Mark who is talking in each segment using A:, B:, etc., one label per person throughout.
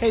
A: Hey,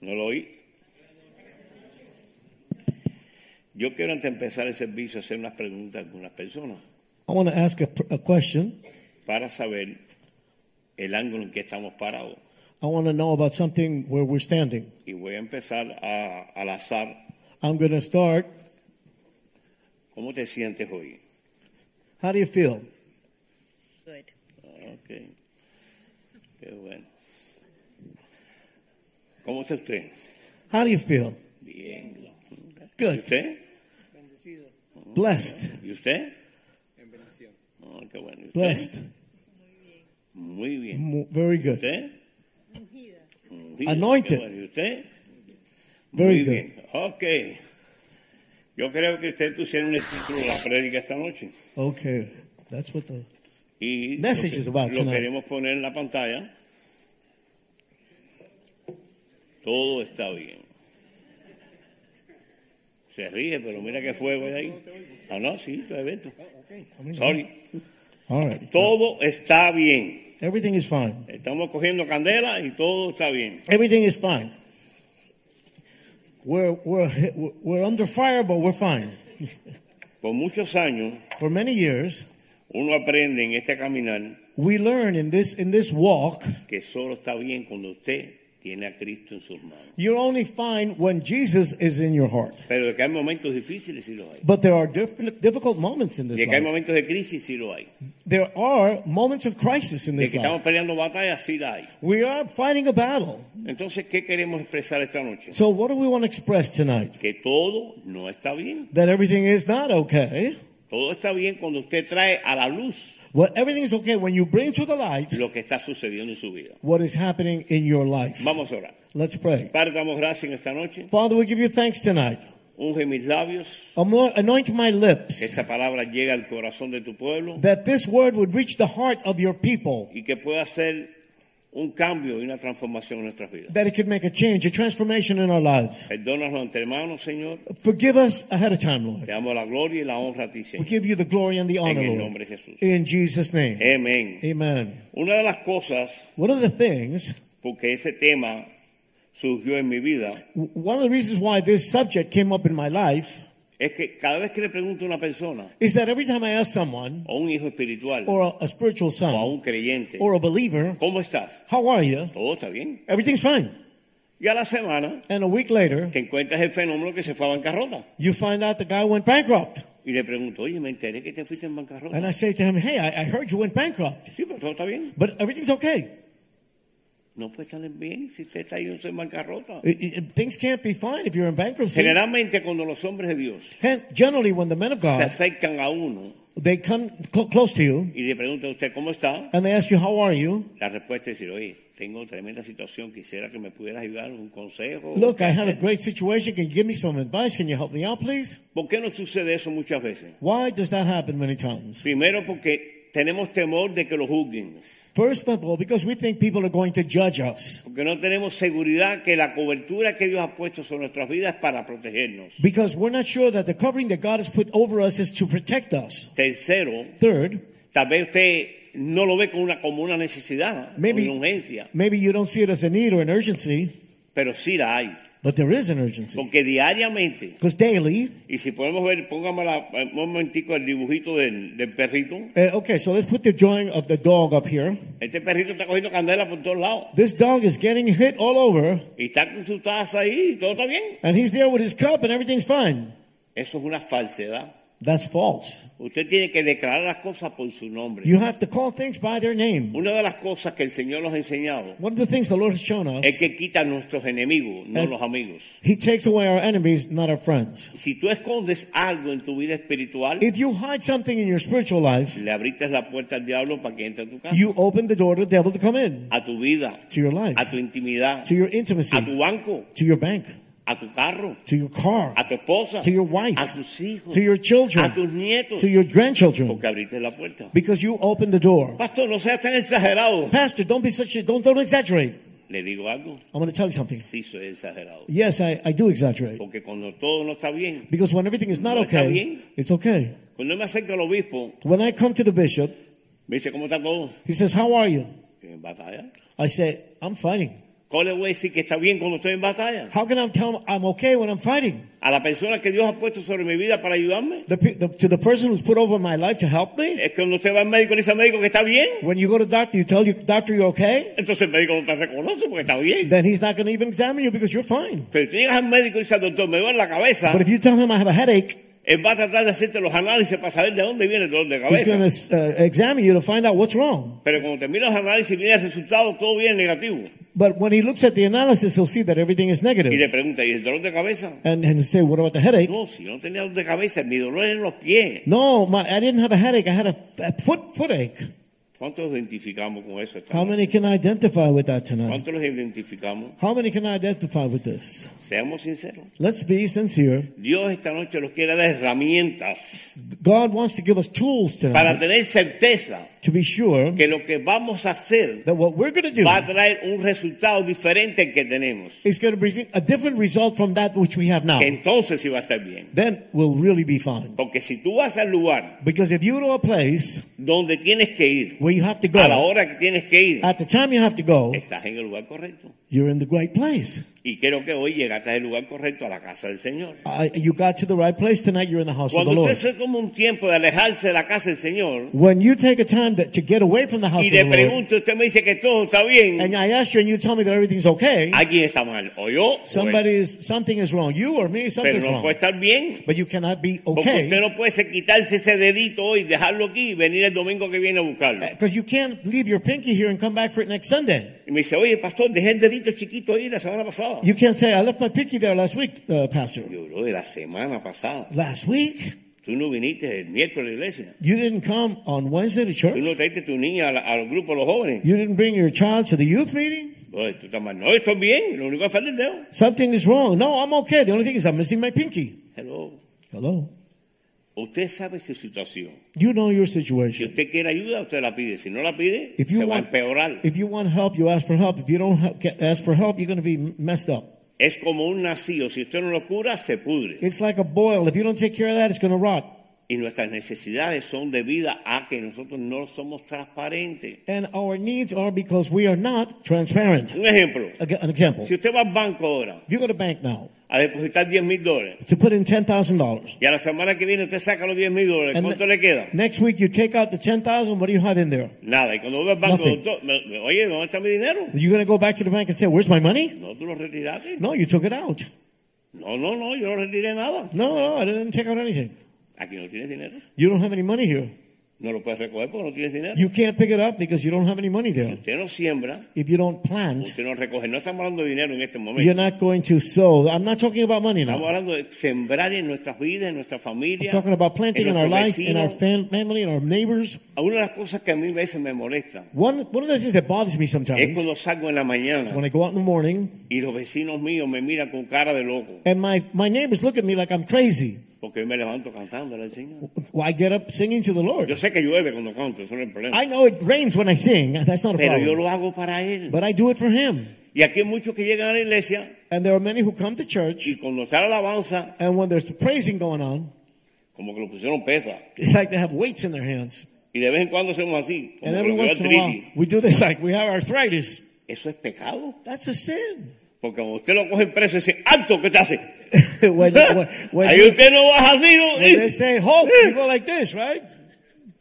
B: ¿No lo oí? Yo quiero antes de empezar el servicio hacer unas preguntas a algunas personas
C: I want to ask a, pr- a question.
B: para saber el ángulo en que estamos parados.
C: I want to know about something where we're standing.
B: Y voy a empezar a- al azar.
C: I'm going to start.
B: ¿Cómo te sientes hoy?
C: How do you feel?
D: Good.
B: Ah, Ok. Qué bueno. ¿Cómo está usted?
C: How do you feel?
B: Bien. ¿Y
C: Good.
B: usted?
C: Blessed.
B: ¿Y usted? Oh, qué bueno. ¿Y usted?
C: Blessed.
B: Muy bien.
C: Mo- Very good.
B: ¿Usted? Ungida,
C: Anointed.
B: qué bueno. ¿Y usted?
C: Very
B: Muy
C: good.
B: bien. Ok. Yo creo que usted pusieron el título de la prédica esta noche.
C: Okay. That's what the.
B: Y lo
C: Message
B: que-
C: is about
B: lo
C: tonight.
B: queremos poner en la pantalla. Todo está bien. Se ríe, pero mira qué fuego hay ahí. Ah, no, sí, lo evento. Sorry.
C: All right.
B: Todo está bien.
C: Everything is fine.
B: Estamos cogiendo candela y todo está bien.
C: Everything is fine. We're, we're, hit- we're- we're under fire, but we're fine.
B: Por muchos años
C: For many years,
B: uno aprende en este caminar
C: we learn in this, in this walk,
B: que solo está bien cuando usted tiene a Cristo en sus manos.
C: you're only fine when Jesus is in your heart.
B: Pero de que hay momentos difíciles sí los hay.
C: But there are different, difficult moments in
B: De
C: this
B: que hay
C: life.
B: momentos de crisis sí los hay.
C: There are moments of crisis in
B: De
C: this
B: que
C: life.
B: estamos peleando batallas sí las hay.
C: We are fighting a battle.
B: Entonces, ¿qué queremos expresar esta noche?
C: So what do we want to express tonight?
B: Que todo no está bien.
C: That everything is not okay.
B: Todo está bien cuando usted trae a la luz
C: Well, everything is okay when you bring to the light
B: lo que está sucediendo en su vida.
C: what is happening in your life.
B: Vamos a orar.
C: Let's pray.
B: Padre, damos gracias en esta noche.
C: Father, we give you thanks tonight.
B: Unge mis labios.
C: Anoint anoint my
B: Que
C: lips
B: esta palabra llegue al corazón de tu pueblo.
C: that this word would reach the heart of your people,
B: Y que pueda hacer un cambio y una transformación en nuestras vidas.
C: that it could make a change, a transformation in our lives.
B: Perdónanos ante manos, Señor.
C: Forgive us ahead of time,
B: Te
C: Lord.
B: damos la gloria y la honra a ti,
C: We
B: Señor.
C: give you the glory and the
B: En
C: honor,
B: el nombre
C: Lord.
B: de Jesús.
C: In Jesus' name.
B: Amén.
C: Amen.
B: Una de las cosas,
C: One of the things,
B: porque ese tema surgió en mi vida,
C: w- one of the reasons why this subject came up in my life
B: es que cada vez que le pregunto a una persona,
C: is that every time I ask someone,
B: o un hijo espiritual, o
C: or a, a spiritual
B: a
C: son,
B: un creyente,
C: or a believer,
B: ¿cómo estás?
C: how are you?
B: Todo está bien.
C: Everything's fine.
B: Y a la semana
C: And a week later,
B: te encuentras el fenómeno que se fue a bancarrota.
C: you find out the guy went bankrupt.
B: Y le pregunto, oye, me enteré que te fuiste en bancarrota.
C: And I say to him, hey, I, I heard you went bankrupt,
B: Sí, pero todo está bien.
C: but everything's okay.
B: No puede estar bien si usted está yendo en bancarrota.
C: I- I- things can't be fine if you're in bankruptcy.
B: Generalmente cuando los hombres de Dios
C: And generally, when the men of
B: se
C: God,
B: acercan a uno
C: they come cl- close to you
B: y le preguntan a usted, ¿cómo está?
C: and they ask you, how are you?
B: La respuesta es decir, oye, tengo tremenda situación, quisiera que me pudieras ayudar, un consejo.
C: Look, I had a great situation. Can you give me some advice? Can you help me out, please?
B: ¿Por qué no sucede eso muchas veces?
C: Why does that happen many times?
B: Primero porque tenemos temor de que lo juzguen,
C: First of all, because we think people are going to judge us.
B: porque no tenemos seguridad que la cobertura que Dios ha puesto sobre nuestras vidas para protegernos.
C: Because we're not sure that the covering that God has put over us is to protect us.
B: Tercero,
C: Third,
B: tal vez usted no lo ve como una, como una necesidad,
C: Maybe-
B: como una urgencia,
C: maybe you don't see it as a need or an urgency,
B: pero sí la hay,
C: but there is an urgency.
B: porque diariamente,
C: Because daily,
B: y si podemos ver, póngame la- un momentico el dibujito del, del perrito,
C: uh, okay, so let's put the drawing of the dog up here.
B: este perrito está cogiendo candela por todos lados.
C: This dog is getting hit all over,
B: y está con su taza ahí, todo está bien.
C: and he's there with his cup, and everything's fine.
B: Eso es una falsedad.
C: That's false.
B: Usted tiene que declarar las cosas por su nombre.
C: You have to call things by their name.
B: Una de las cosas que el Señor nos ha enseñado
C: One of the things the Lord has shown
B: es
C: us,
B: que quita a nuestros enemigos, no
C: Es-
B: los amigos.
C: He takes away our enemies, not our friends.
B: Si tú escondes algo en tu vida espiritual,
C: If you hide something in your spiritual life,
B: le abriste la puerta al diablo para que entre a tu casa,
C: you open the door to the devil to come in,
B: a tu vida,
C: to your life,
B: a tu intimidad,
C: to your
B: a tu
C: intimacy,
B: banco,
C: to your bank,
B: a tu carro,
C: to your car,
B: a tu esposa,
C: to your wife,
B: a tus hijos,
C: to your children,
B: a tus nietos,
C: to your grandchildren,
B: porque abriste la puerta.
C: because you open the door.
B: Pastor, no seas tan exagerado.
C: Pastor, don't be such a, don't, don't exaggerate.
B: Le digo algo,
C: I'm going to tell you something.
B: sí soy exagerado.
C: Yes, I, I do exaggerate.
B: Porque cuando todo no está bien,
C: Because when everything is not
B: No está
C: okay,
B: bien.
C: it's okay.
B: cuando me acerco al obispo,
C: When I come to the bishop,
B: me dice, ¿cómo está todo?
C: he says, How are you?
B: En batalla.
C: I say, I'm fighting.
B: ¿Cómo le voy a decir que está bien cuando estoy en batalla?
C: How can I tell him I'm okay when I'm fighting?
B: A la persona que Dios ha puesto sobre mi vida para ayudarme.
C: The, pe- the, to the person who's put over my life to help me?
B: Es que cuando usted va al médico y le dice al médico que está bien,
C: When you go to doctor, you tell your doctor you're okay?
B: entonces el médico no te reconoce porque está bien.
C: Then he's not going to even examine you because you're fine.
B: Pero tú llegas al médico y dices al doctor, me duele la cabeza,
C: But if you tell him I have a headache,
B: él va a tratar de hacerte los análisis para saber de dónde viene el dolor de
C: he's going
B: cabeza.
C: to uh, examine you to find out what's wrong.
B: Pero cuando termina los análisis y viene el resultado, todo viene negativo.
C: But when he looks at the analysis, he'll see that everything is
B: Y
C: negative.
B: le pregunta, ¿y el dolor de cabeza?
C: And, and say, What about the headache?
B: No, si yo no tenía dolor de cabeza, mi dolor era en los pies.
C: No, my, I didn't have a headache. I had a, f- a foot footache.
B: ¿Cuántos nos identificamos con eso? esta
C: How
B: noche?
C: many can identify with that tonight?
B: ¿Cuántos los identificamos?
C: How many can identify with this?
B: Seamos sinceros.
C: Let's be sincere.
B: Dios esta noche nos quiere dar herramientas
C: God wants to give us tools
B: para
C: tonight
B: tener certeza
C: to be sure
B: que lo que vamos a hacer
C: that what we're going to do
B: va a traer un resultado diferente al que tenemos.
C: is going to bring a different result from that which we have now.
B: Que entonces sí va a estar bien.
C: Then we'll really be fine.
B: Porque si tú vas al lugar
C: Because if you know a place
B: donde tienes que ir,
C: where you have to
B: a la
C: go,
B: hora que tienes que ir,
C: at the time you have to go,
B: estás en el lugar correcto.
C: you're in the right place.
B: Y creo que hoy llegaste al lugar correcto, a la casa del Señor.
C: Uh, you got to the right place tonight. You're in the house of the
B: Cuando usted se
C: Lord.
B: toma un tiempo de alejarse de la casa del Señor
C: When you take a time that, to get away from the house
B: y
C: of
B: le
C: the Lord,
B: pregunto, usted me dice que todo está bien,
C: and I ask you, and you tell me that everything's okay.
B: alguien está mal. O yo, o él.
C: Somebody is something is wrong. You or me,
B: pero
C: something's
B: no
C: wrong.
B: puede estar bien.
C: But you cannot be
B: Porque usted
C: okay
B: no puede ser quitarse ese dedito hoy, dejarlo aquí y venir el domingo que viene a buscarlo.
C: because eh, you can't leave your pinky here and come back for it next Sunday.
B: Y me dice, oye, pastor, dejé el dedito chiquito ahí la semana pasada.
C: You can't say I left my pinky there last week, uh, Pastor.
B: Yo, bro, de la semana pasada.
C: Last week
B: Tú no viniste el miércoles a la iglesia.
C: you didn't come on Wednesday to
B: Tú
C: church.
B: no traiste tu niña a la- al grupo de los jóvenes.
C: You didn't bring your child to the youth meeting.
B: Oye, tú estás mal. No, estoy bien. Lo único que falta es el dedo.
C: Something is wrong. No, I'm okay. The only thing is I'm missing my pinky.
B: Hello.
C: Hello.
B: Usted sabe su situación.
C: You know your
B: Si
C: situation.
B: usted quiere ayuda, usted la pide. Si no la pide,
C: If
B: se
C: you
B: va a
C: want,
B: empeorar.
C: if you want help, you ask for help. If you don't help, get, ask for help, you're going to be messed up.
B: Es como un nacido. Si usted no lo cura, se pudre.
C: It's like a boil. If you don't take care of that, it's going to rot.
B: Y nuestras necesidades son debidas a que nosotros no somos transparentes.
C: And our needs are because we are not transparent.
B: Un ejemplo.
C: Aga- An example.
B: Si usted va al banco ahora
C: If you go to bank now
B: a depositar 10 mil dólares
C: to put in ten thousand dollars,
B: y a la semana que viene usted saca los 10 mil dólares,
C: And
B: ¿cuánto
C: the-
B: le queda?
C: next week you take out the ten thousand. What do you have in there?
B: Nada. Y cuando vuelve al banco,
C: Nothing.
B: doctor, me- me- oye, ¿dónde está mi dinero?
C: You're going to go back to the bank and say, "Where's my money?"
B: No, tú lo retiraste.
C: No, you took it out.
B: No, no, no, yo no retiré nada.
C: No, no, I didn't take out anything.
B: Aquí no tienes dinero.
C: You don't have any money here.
B: No lo puedes recoger porque no tienes dinero.
C: You can't pick it up because you don't have any money
B: Si
C: there.
B: usted no siembra,
C: If you don't plant,
B: usted no recoge. No estamos hablando de dinero en este
C: you're
B: momento.
C: not going to sow. I'm not talking about money
B: Estamos
C: now.
B: hablando de sembrar en nuestras vidas, en nuestra
C: I'm
B: familia.
C: talking about planting in our
B: nuestros
C: life, in our
B: vecinos.
C: fam- family, in our neighbors.
B: Una de las cosas que a mí a veces me molesta
C: One, one of the things that bothers me
B: es
C: sometimes
B: cuando salgo en la
C: is
B: mañana
C: when I go out in the morning
B: y los vecinos míos me miran con cara de loco
C: And my, my neighbors look at me like I'm crazy.
B: porque yo me levanto cantando al Señor.
C: Well, I get up singing to the
B: Yo
C: Lord.
B: sé que llueve cuando canto, eso no es el problema.
C: I know it rains when I sing. That's not a
B: Pero yo
C: problem.
B: lo hago para Él.
C: But I do it for Him.
B: Y aquí hay muchos que llegan a la iglesia
C: And there are many who come to church,
B: y cuando está la alabanza,
C: and when there's the praising going on,
B: como que lo pusieron pesa.
C: it's like they have weights in their hands.
B: Y de vez en cuando hacemos así, como
C: And
B: que
C: every
B: lo que da
C: once in a while,
B: artritis.
C: we do this like we have arthritis.
B: Eso es pecado.
C: That's a sin.
B: Porque cuando usted lo coge preso, ese alto que te hace.
C: when, when, when,
B: Ahí
C: you-
B: usted no baja así.
C: when
B: ¿no?
C: they say hope, you go like this, right?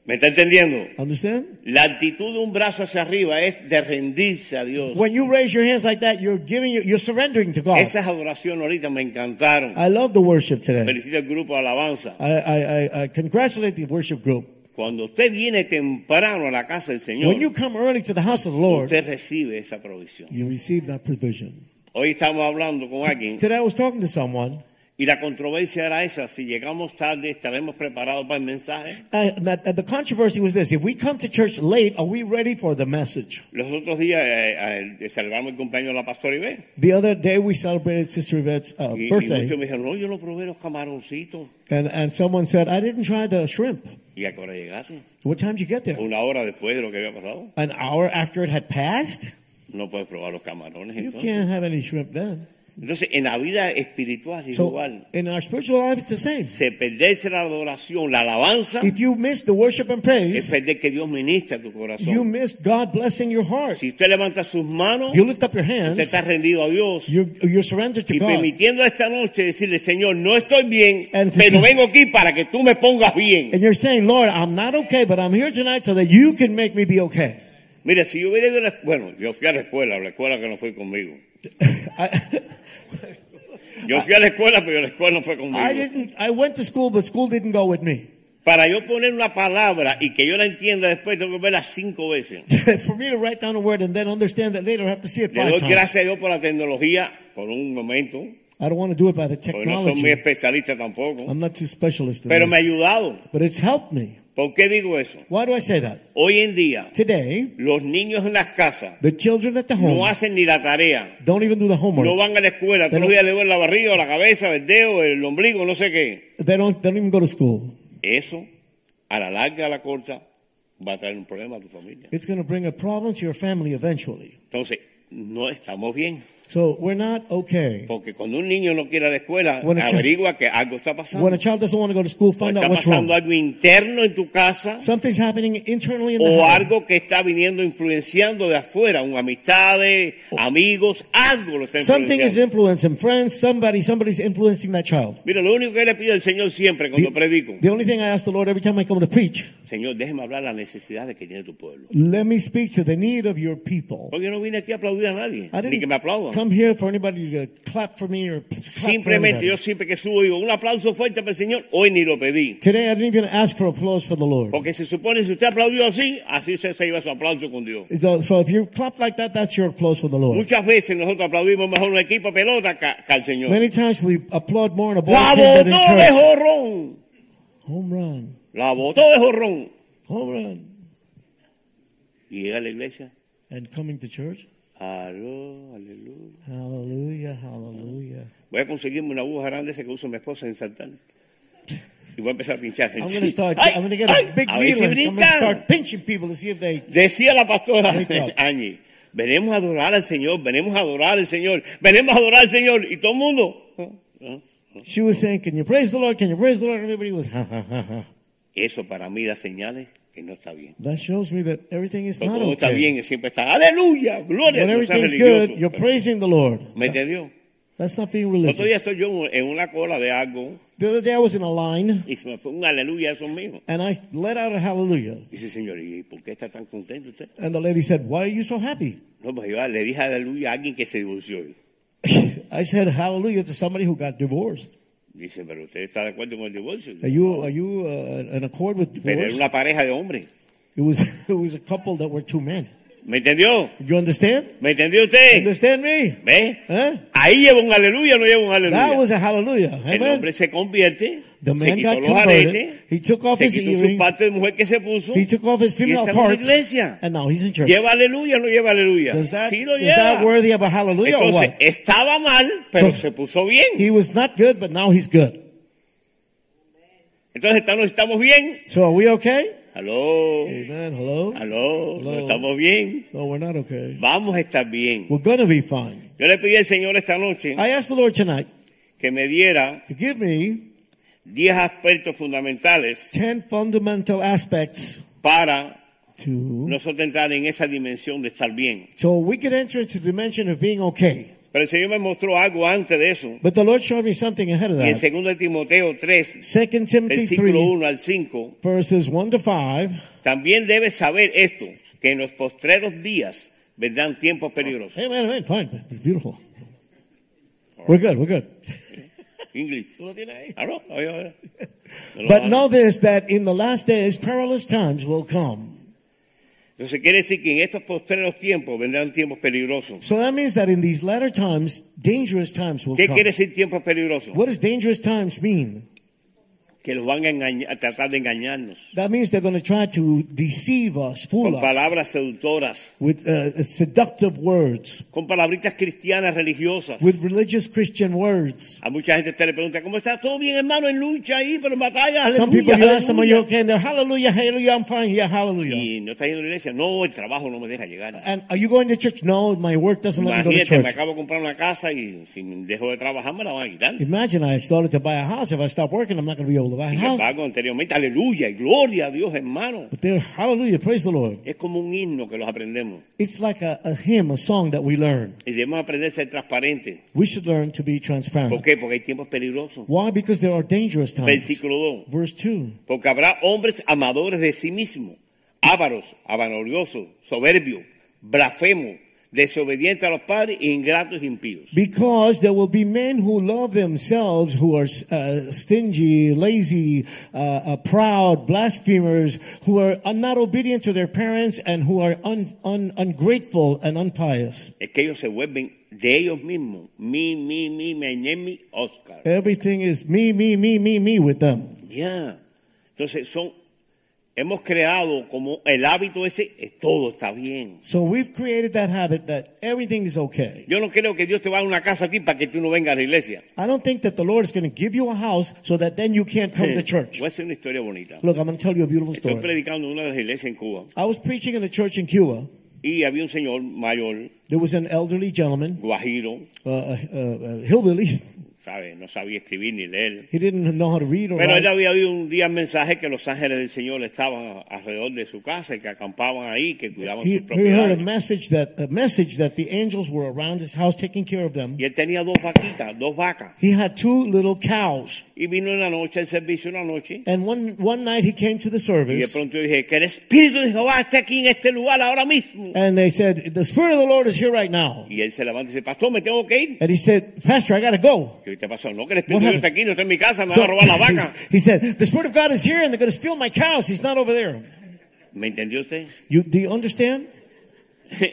B: ¿Me está entendiendo?
C: Understand?
B: La actitud de un brazo hacia arriba es de rendirse a Dios.
C: When you raise your hands like that, you're giving, your- you're surrendering to God.
B: Esas adoraciones ahorita me encantaron.
C: I love the worship today.
B: Felicito al grupo de alabanza.
C: I, I, I, I congratulate the worship group.
B: Cuando usted viene temprano a la casa del Señor,
C: When you come early to the house of the Lord,
B: usted recibe esa provisión.
C: you receive that provision.
B: Hoy estamos hablando con alguien
C: Today I was talking to someone,
B: y la controversia era esa. Si llegamos tarde, ¿estaremos preparados para el mensaje?
C: and that, that the controversy was this: If we come to church late, are we ready for the message?
B: Los otros días eh, eh, celebramos el cumpleaños de la pastora Ibé.
C: The other day we celebrated Sister Yvette's uh,
B: Y, y muchos
C: birthday,
B: me dijeron, no, yo no probé los camaroncitos.
C: and, and someone said, "I didn't try the shrimp."
B: ¿Y a qué hora llegaste?
C: What time did you get there?
B: Una hora después de lo que había pasado.
C: An hour after it had passed.
B: No puedes probar los camarones.
C: You
B: Entonces,
C: can't have any shrimp then.
B: entonces en la vida espiritual es
C: So
B: igual.
C: in our spiritual life, it's the same.
B: Se perderse la adoración, la alabanza,
C: If you miss the worship and
B: es
C: praise,
B: perder que Dios ministra tu
C: you
B: corazón.
C: miss God blessing your heart.
B: Si usted levanta sus manos,
C: If you lift up your
B: usted
C: hands,
B: está rendido a Dios.
C: you're, you're surrendered to
B: Y
C: God.
B: permitiendo esta noche decirle, Señor, no estoy bien,
C: And to
B: pero
C: say-
B: vengo aquí para que tú me pongas bien.
C: And you're saying, Lord, I'm not okay, but I'm here tonight so that you can make me be okay.
B: Mire, si yo hubiera ido a la bueno, yo fui a la escuela, la escuela que no fue conmigo.
C: I, Ah.
B: Yo fui a la escuela, pero la escuela no fue
C: I
B: conmigo.
C: didn't. I went to school, but school didn't go with me.
B: Para yo poner una palabra y que yo la entienda después, tengo que verla cinco veces.
C: For me to write down a word and then understand that later, I have to see it
B: Le doy
C: five times.
B: gracias a Dios por la tecnología, por un momento,
C: I don't want to do it by the
B: porque no soy muy
C: technology.
B: especialista tampoco,
C: I'm not too specialist in
B: pero me ha
C: this.
B: ayudado.
C: But it's helped me.
B: ¿Por qué digo eso?
C: Why do I say that?
B: Hoy en día,
C: Today,
B: los niños en las casas
C: the children at the
B: no
C: home
B: hacen ni la tarea.
C: don't even do the
B: No
C: homework.
B: van a la escuela, todos
C: Pero-
B: los días le duele la barriga, o la cabeza, el dedo, el ombligo, no sé qué.
C: They don't. They don't even go to school.
B: Eso, a la larga, a la corta, va a traer un problema a tu familia.
C: It's going to bring a problem to your family eventually.
B: Entonces, no estamos bien.
C: So we're not okay.
B: Porque cuando un niño no quiere ir a la escuela,
C: Bueno, chico.
B: averigua que algo está pasando.
C: When a child doesn't want to go to
B: O
C: school, find
B: está
C: out what's wrong.
B: pasando algo interno en tu casa
C: Something's happening internally in the
B: o
C: house.
B: algo que está viniendo influenciando de afuera, un amistades, amigos, algo lo está
C: Oh. Something is
B: influenciando.
C: influencing friends, somebody, somebody's influencing that child.
B: Mira, lo único que le pido al Señor siempre cuando predico,
C: The, the only thing I ask the Lord every time I come to preach,
B: Señor, déjeme hablar las necesidades que tiene tu pueblo.
C: let me speak to the need of your people.
B: Porque yo no vine aquí a aplaudir a nadie,
C: I
B: ni que me
C: didn't
B: aplaudan.
C: come here for anybody to clap for me or clap for
B: Simplemente yo
C: anybody.
B: siempre que subo digo, un aplauso fuerte para el Señor, hoy ni lo pedí.
C: Today I didn't even ask for applause for the Lord.
B: Porque se supone si usted aplaudió así, así se se iba su aplauso con Dios.
C: So so if you clap like that, that's your applause for the Lord.
B: Muchas veces nosotros aplaudimos mejor un equipo de pelota ca- que al Señor.
C: Many times we applaud more in a ball
B: La
C: game than in
B: botó de
C: church.
B: jorrón.
C: Home run,
B: La botó de jorrón.
C: home run.
B: Y llega a la iglesia.
C: And coming to church,
B: Aló, aleluya.
C: hallelujah, hallelujah.
B: Voy a conseguirme una aguja grande esa que usa mi esposa en Santana. Y voy a empezar a pinchar gente.
C: I'm going to start.
B: Ay,
C: I'm going to get
B: ay,
C: a big
B: a ver si
C: needle. and I'm going to
B: brincan.
C: start pinching people to see if they.
B: Decía la pastora
C: Wake up.
B: Añi, venimos a adorar al Señor, venimos a adorar al Señor, venimos a adorar al Señor. Y todo el mundo. ¿ah? ¿ah?
C: She was saying, "Can you praise the Lord? Can you praise the Lord?" And everybody was, "Ha ha ha ha."
B: Eso para mí da señales que no está bien.
C: That shows me that everything is
B: Cuando
C: not
B: todo está
C: okay.
B: bien, siempre está, aleluya, gloria, no
C: When
B: seas
C: everything's
B: religioso.
C: good, you're praising the Lord.
B: ¿Me entendió?
C: That's not being
B: Otro día
C: religious.
B: estoy yo en una cola de algo
C: The other day I was in a line
B: y se me fue un aleluya eso mismo.
C: and I let out a hallelujah.
B: Dice, señor, ¿y por qué está tan contento usted?
C: And the lady said, "Why are you so happy?"
B: No, pues yo le dije aleluya a alguien que se divorció. hoy.
C: I said, "Hallelujah" to somebody who got divorced.
B: Dice, pero usted está de acuerdo con el divorcio.
C: Are you are you uh, in accord with
B: Pero era
C: divorce?
B: una pareja de hombres.
C: It was it was a couple that were two men.
B: ¿Me entendió?
C: You understand?
B: ¿Me entendió usted?
C: Understand me?
B: ¿Ve?
C: Huh?
B: Ahí lleva un aleluya, no lleva un
C: That
B: aleluya.
C: was a hallelujah.
B: El
C: Amen.
B: hombre se convierte,
C: The
B: se
C: man
B: quitó
C: got
B: los
C: converted.
B: aretes,
C: He took off
B: se
C: his
B: quitó su
C: earrings.
B: parte de mujer que se puso.
C: He took off his
B: y
C: female
B: está en la
C: parts,
B: iglesia.
C: and now he's in church.
B: ¿Lleva aleluya o no lleva aleluya?
C: Does that,
B: sí lo
C: is that
B: lleva.
C: worthy of a hallelujah or
B: Entonces,
C: what?
B: estaba mal, pero
C: So-
B: se puso bien.
C: He was not good, but now he's good.
B: Entonces, ¿estamos, estamos bien?
C: So are we okay?
B: Aló,
C: Amen. Hello?
B: aló, ¿no
C: Hello.
B: estamos bien?
C: No, we're not okay.
B: Vamos a estar bien.
C: We're gonna be fine.
B: Yo le pedí al Señor esta noche
C: I asked the Lord tonight
B: que me diera
C: to give me
B: 10 aspectos fundamentales
C: ten fundamental aspects
B: para
C: to
B: nosotros entrar en esa dimensión de estar bien.
C: so we could enter into the dimension of being okay.
B: Pero el Señor me mostró algo antes de eso.
C: But the Lord showed me something ahead of
B: Y en
C: that.
B: 2 de Timoteo 3,
C: 2 Timothy
B: versículo
C: 3,
B: 1 al 5,
C: verses 1 to 5.
B: también debes saber esto, que en los postreros días vendrán tiempos peligrosos.
C: Hey, man, man, fine. Beautiful. We're good, we're good.
B: English. Aló, oye, oye. No lo
C: But
B: hablo.
C: know this that in the last days, perilous times will come.
B: Entonces quiere decir que en estos postreros tiempos vendrán tiempos peligrosos.
C: So that means that in these latter times, dangerous times will
B: ¿Qué
C: come.
B: quiere decir tiempos peligrosos?
C: What does dangerous times mean?
B: Que los van a, engañar- a tratar de engañarnos
C: That means they're going to try to deceive us, fool
B: con
C: us,
B: palabras seductoras,
C: with uh, seductive words,
B: con palabritas cristianas religiosas.
C: with religious Christian words.
B: A mucha gente usted le pregunta, ¿cómo está? Todo bien, hermano, en lucha ahí, pero en batalla, aleluya,
C: Some people you ask them, are you
B: aleluya".
C: okay? And they're, hallelujah, hallelujah, I'm fine, yeah, hallelujah.
B: Y no está yendo a la iglesia. No, el trabajo no me deja llegar.
C: And are you going to church? No, my work doesn't let me go to
B: Imagínate, me
C: church.
B: acabo de comprar una casa y si dejo de trabajar me la van a quitar.
C: Imagine I started to buy a house. If I stop working, I'm not going to be able to buy a
B: Sin
C: house.
B: embargo, anteriormente, aleluya y gloria a Dios, hermano.
C: But there, hallelujah, praise the Lord.
B: Es como un himno que los aprendemos.
C: It's like a, a hymn, a song that we learn.
B: Y debemos aprender a ser transparentes.
C: We should learn to be
B: ¿Por
C: transparent.
B: qué? Porque hay tiempos peligrosos.
C: Why? Because there are dangerous times.
B: Versículo 2.
C: Verse 2.
B: Porque habrá hombres amadores de sí mismos, ávaros, avanoliosos, soberbios, blasfemos, desobedientes a los padres, e ingratos, impíos.
C: Because there will be men who love themselves, who are uh, stingy, lazy, uh, uh, proud, blasphemers, who are not obedient to their parents, and who are un, un, ungrateful and unpious.
B: Es que ellos se vuelven de ellos mismos. Mi, mi, mi, me, ñe, mi, Oscar.
C: Everything is me, me, me, me, me with them.
B: Ya. Entonces son, hemos creado como el hábito ese, eh, todo está bien.
C: So we've created that habit that everything is okay.
B: Yo no creo que Dios te va a dar una casa a ti para que tú no vengas a la iglesia.
C: I don't think that the Lord is going to give you a house so that then you can't come to church.
B: Voy a hacer una historia bonita.
C: Look, I'm going to tell you a beautiful
B: Estoy
C: story.
B: predicando en una de las iglesias en Cuba
C: I was preaching in the church in Cuba.
B: y había un señor mayor,
C: There was an elderly gentleman,
B: guajiro,
C: uh, uh, uh, hillbilly.
B: ¿sabes? No sabía escribir ni leer.
C: He didn't know how to read or
B: Pero él
C: write.
B: había oído un día un mensaje que los ángeles del Señor estaban alrededor de su casa y que acampaban ahí, que cuidaban
C: He,
B: sus
C: he heard a
B: propiedades.
C: message that a message that the angels were around his house taking care of them.
B: Y él tenía dos vaquitas, dos vacas.
C: He had two little cows,
B: Y vino en la noche, el servicio en la noche.
C: and one one night he came to
B: Y
C: the
B: de
C: service,
B: pronto yo dije, que el Espíritu de Jehová esté aquí en este lugar ahora mismo.
C: and they said, "The spirit of the Lord is here right now."
B: Y él se levanta y dice, pastor, me tengo que ir.
C: And he said, "Pastor, I gotta go."
B: ¿Qué te pasó? No, que el Espíritu de
C: What
B: Dios está
C: happened?
B: aquí, no está en mi casa, me va a robar la vaca.
C: he said, "The spirit of God is here, and they're gonna steal my cows. He's not over there."
B: ¿Me entendió usted?
C: You do you understand?
B: Es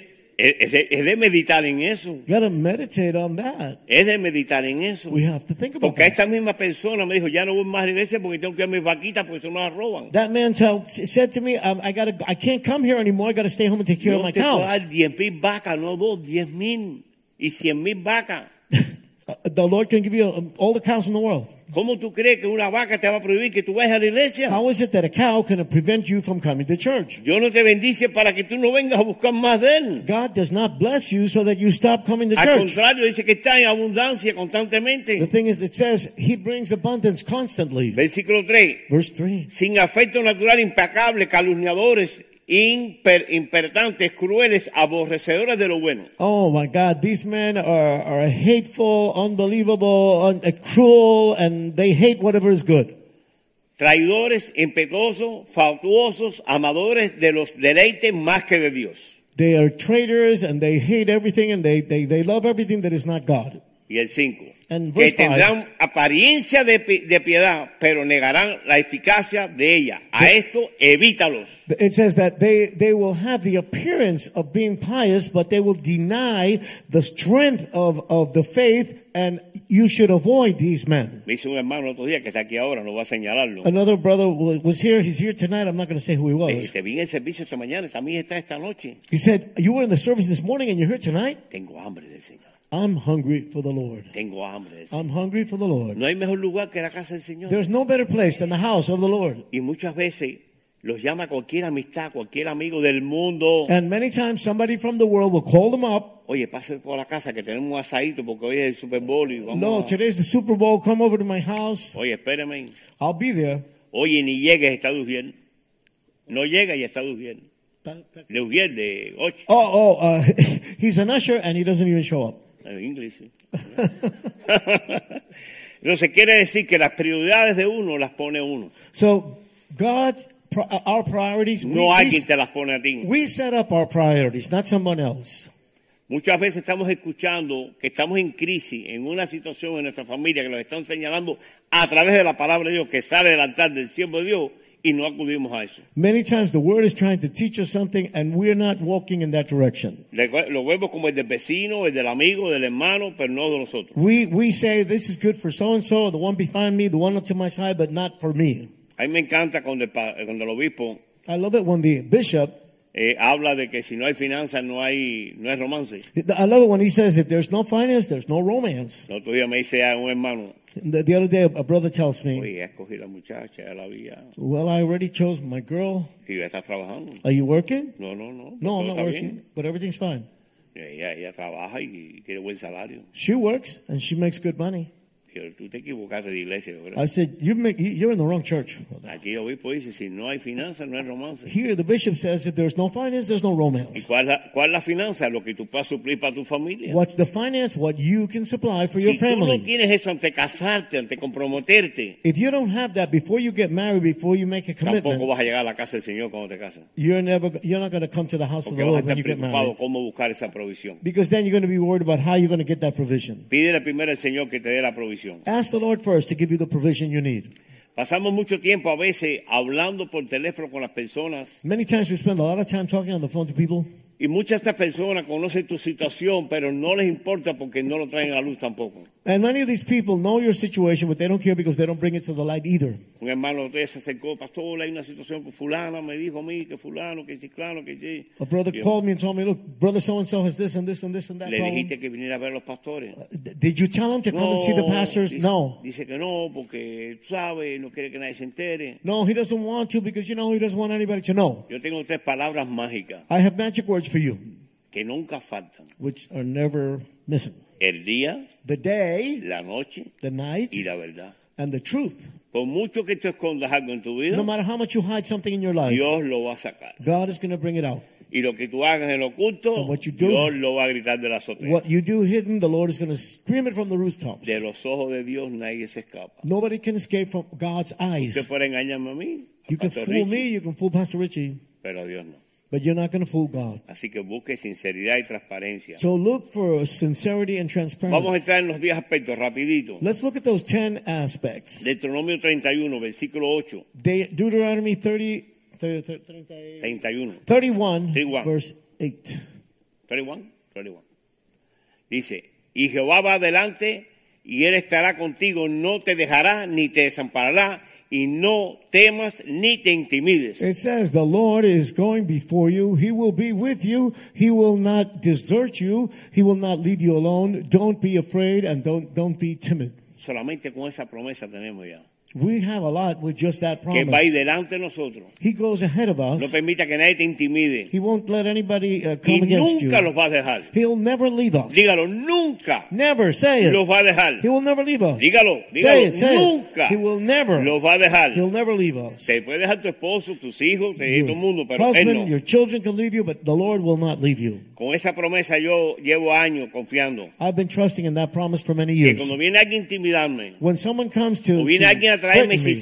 B: es de, es de meditar en eso.
C: You gotta meditate on that.
B: Es de meditar en eso.
C: We have to think about
B: Porque a
C: that.
B: esta misma persona me dijo, ya no voy más a la iglesia porque tengo que ir a mis vaquitas porque eso no las roban.
C: That man tell, said to me, um, I, gotta, I can't come here anymore. I got to stay home and take care of
B: Yo
C: my
B: te puedo
C: cows.
B: dar 10 mil vacas, no dos, 10 mil y 100 mil vacas.
C: Uh, The Lord can give you um, all the cows in the world.
B: ¿Cómo tú crees que una vaca te va a prohibir que tú vayas a la iglesia?
C: How is it that a cow can prevent you from coming to church?
B: Dios no te bendice para que tú no vengas a buscar más de Él.
C: God does not bless you so that you stop coming to
B: Al
C: church.
B: contrario, dice que está en abundancia
C: The
B: constantemente.
C: thing is, it says He brings abundance constantly.
B: Versículo 3.
C: Verse 3.
B: Sin afecto natural, impecable, calumniadores, imper, impertantes, crueles, aborrecedores de lo bueno.
C: Oh my God, these men are, are hateful, unbelievable, un, uh, cruel, and they hate whatever is good.
B: Traidores, impetuosos, fatuosos, amadores de los deleites más que de Dios.
C: They are traitors and they hate everything and they, they, they love everything that is not God.
B: Y el 5.
C: And
B: Que
C: verse five.
B: tendrán apariencia de, pi- de piedad, pero negarán la eficacia de ella. A esto evítalos.
C: It says that they, they will have the appearance of being pious, but they will deny the strength of, of the faith, and you should avoid these men.
B: Me dice un hermano otro día que está aquí ahora, no voy a señalarlo.
C: Another brother wa- was here. He's here tonight. I'm not going to say who he
B: Le
C: was.
B: dije, te vi en el Este, servicio esta mañana, también está esta noche.
C: He said, You were in the service this morning and you're here tonight?
B: Tengo hambre del Señor.
C: I'm hungry for the Lord.
B: Tengo hambre del Señor.
C: I'm hungry for the Lord.
B: No hay mejor lugar que la casa del Señor.
C: There's Ah. no better place than the house of the Lord.
B: Y muchas veces los llama cualquier amistad, cualquier amigo del mundo.
C: And many times somebody from the world will call them up.
B: Oye, pase por la casa que tenemos un asadito porque hoy es el Super Bowl y vamos
C: No,
B: a-
C: today's the Super Bowl. Come over to my house.
B: Oye, espérame.
C: I'll be there.
B: Oye, ni llegues, está de Ujiel. No llega y está de Ujiel. De Ujiel, de 8.
C: Oh, oh, uh, he's an usher and he doesn't even show up.
B: En inglés. sí. Entonces quiere decir que las prioridades de uno las pone uno.
C: So God, pri- uh, our priorities, we-
B: No alguien
C: we,
B: te las pone a ti.
C: we set up our priorities, not someone else.
B: Muchas veces estamos escuchando que estamos en crisis, en una situación en nuestra familia que nos están señalando a través de la palabra de Dios que sale del altar del siervo de Dios y no acudimos a eso.
C: Many times the word is trying to teach us something and we're not walking in that direction.
B: Recu- Lo vemos como el del vecino, el del amigo, del hermano, pero no de nosotros.
C: We, we say this is good for so and so, the one behind me, the one up to my side, but not for me.
B: A mí me encanta cuando el, pa- cuando el obispo
C: I love it when the bishop,
B: eh, habla de que si no hay finanzas no hay, no hay romance.
C: I love it when he says, if there's no finance, there's no romance.
B: El otro día me dice a un hermano,
C: The, the other day, a brother tells me,
B: oye, ya escogí la muchacha, ya la vi, ya.
C: well, I already chose my girl.
B: Y yo, ¿estás trabajando?
C: Are you working?
B: No, no, no.
C: No,
B: todo
C: I'm not
B: está
C: working,
B: bien.
C: but everything's fine.
B: Ella, ella trabaja y tiene buen salario.
C: She works and she makes good money.
B: Pero tú te equivocaste de iglesia, yo creo.
C: I said, you make, you- you're in the wrong church.
B: Aquí el obispo dice, si no hay finanzas, no hay romance.
C: Here, the bishop says, if there's no finance, there's no
B: ¿Y
C: romance.
B: cuál la, cuál la finanza? Lo que tú puedas suplir para tu familia.
C: What's the finance? What you can supply for your
B: Si tú no
C: family.
B: tienes eso ante casarte, ante comprometerte,
C: If you don't have that before you get married, before you make a
B: tampoco
C: commitment,
B: vas a llegar a la casa del Señor cuando te casas.
C: you're never, you're not going to come to the house of
B: Porque
C: the
B: vas a
C: Lord
B: estar
C: when you get
B: preocupado
C: married.
B: cómo buscar esa provisión.
C: Because then you're going to be worried about how you're going to get that provision.
B: Pídele primero al Señor que te dé la provisión.
C: Ask the Lord first to give you the provision you need.
B: Pasamos mucho tiempo a veces hablando por teléfono con las personas
C: Many times we spend a lot of time talking on the phone to people,
B: y muchas de estas personas conocen tu situación, pero no les importa porque no lo traen a la luz tampoco.
C: and many of these people know your situation, but they don't care because they don't bring it to the light either.
B: Un hermano otro día se acercó, pastor, hay una situación con fulana, me dijo a mí que fulano, que ciclano, que sí.
C: A brother
B: Yo,
C: called me and told me, look, brother so and so has this and this and this and that.
B: Le
C: problem."
B: dijiste que viniera a ver a los pastores.
C: D- Did you tell him to come and see the pastors?
B: dice,
C: No.
B: Dice que no, porque tú sabes, no quiere que nadie se entere.
C: No, he doesn't want to because you know he doesn't want anybody to know.
B: Yo tengo tres palabras mágicas
C: I have magic words for you,
B: que nunca faltan.
C: which are never missing.
B: El día,
C: The day,
B: la noche
C: the night,
B: y la verdad.
C: and the truth.
B: Por mucho que tú escondas algo en tu vida,
C: No matter how much you hide something in your life,
B: Dios lo va a sacar.
C: God is going to bring it out.
B: Y lo que tú hagas en lo oculto,
C: And what you do-
B: Dios lo va a gritar de la azotea.
C: What you do hidden, the Lord is going to scream it from the rooftops.
B: De los ojos de Dios nadie se escapa.
C: Nobody can escape from God's
B: Usted
C: eyes.
B: puede engañarme a mí, a
C: You can
B: Pastor
C: fool
B: Richie,
C: me, you can fool Pastor Richie,
B: pero a Dios no.
C: but you're not going to fool God.
B: Así que busque sinceridad y transparencia.
C: So look for sincerity and
B: Vamos a
C: transparency.
B: entrar en los 10 aspectos rapidito.
C: Let's look at those 10 aspects.
B: Deuteronomio 31, versículo 8,
C: De- Deuteronomy 30, thir- thir- 30,
B: 31,
C: 31,
B: 31.
C: verse 8.
B: 31, 31. Dice, y Jehová va adelante y él estará contigo, no te dejará ni te desamparará y no temas ni te intimides.
C: It says, The Lord is going before you. He will be with you. He will not desert you. He will not leave you alone. Don't be afraid and don't, don't be timid.
B: Solamente con esa promesa tenemos ya.
C: We have a lot with just that
B: Que va ahí
C: promise.
B: delante de nosotros.
C: He goes ahead of
B: No
C: us.
B: permita que nadie te intimide.
C: He won't let anybody uh,
B: Y
C: come against
B: nunca los
C: you.
B: va a dejar.
C: He'll never leave us.
B: Dígalo, nunca
C: Never say
B: los
C: it.
B: va a dejar.
C: He will never leave us.
B: Dígalo,
C: Say
B: dígalo.
C: it, say
B: Nunca
C: it. He will never.
B: los va a dejar.
C: He'll never leave us.
B: Te puede dejar tu esposo, tus hijos, te todo el mundo,
C: Your
B: pero él
C: husband,
B: no.
C: your children can leave you, but the Lord will not leave you.
B: Con esa promesa yo llevo años confiando.
C: I've been trusting in that promise for many
B: Que
C: years.
B: cuando viene alguien a intimidarme,
C: When someone comes to,
B: O viene
C: to
B: alguien a traerme
C: threaten me,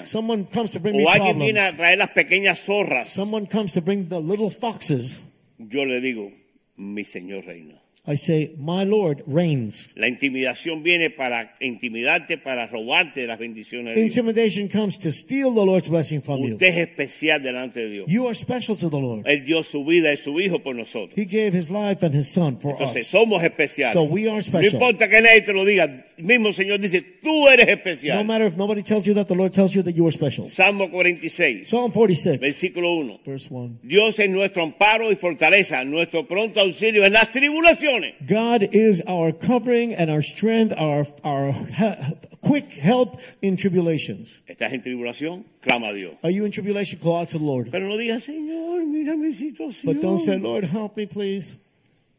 B: cizaña.
C: someone comes to bring me
B: o alguien
C: problems,
B: viene a traer las pequeñas zorras,
C: someone comes to bring the little foxes,
B: yo le digo, mi Señor reina.
C: I say, "My Lord reigns."
B: La intimidación viene para intimidarte, para robarte las bendiciones de Dios.
C: Intimidation comes to steal the Lord's blessing from you.
B: Usted Eh. es especial delante de Dios.
C: You are special to the Lord.
B: Él dio su vida y su hijo por nosotros.
C: He gave His life and His Son for
B: Entonces
C: us.
B: somos especiales.
C: So we are
B: no
C: special.
B: importa que nadie te lo diga, el mismo Señor dice, tú eres
C: No
B: especial.
C: matter if nobody tells you that, the Lord tells you that you are special.
B: Salmo 46,
C: Psalm 46,
B: versículo 1.
C: verse 1.
B: Dios es nuestro amparo y fortaleza, nuestro pronto auxilio en las tribulaciones.
C: God is our covering and our strength, our, our he- quick help in tribulations.
B: ¿Estás en tribulación? Clama a Dios.
C: Are you in tribulation? Call out to the Lord.
B: Pero no digas, Señor, mira mi situación.
C: But don't say, Lord, help me, please.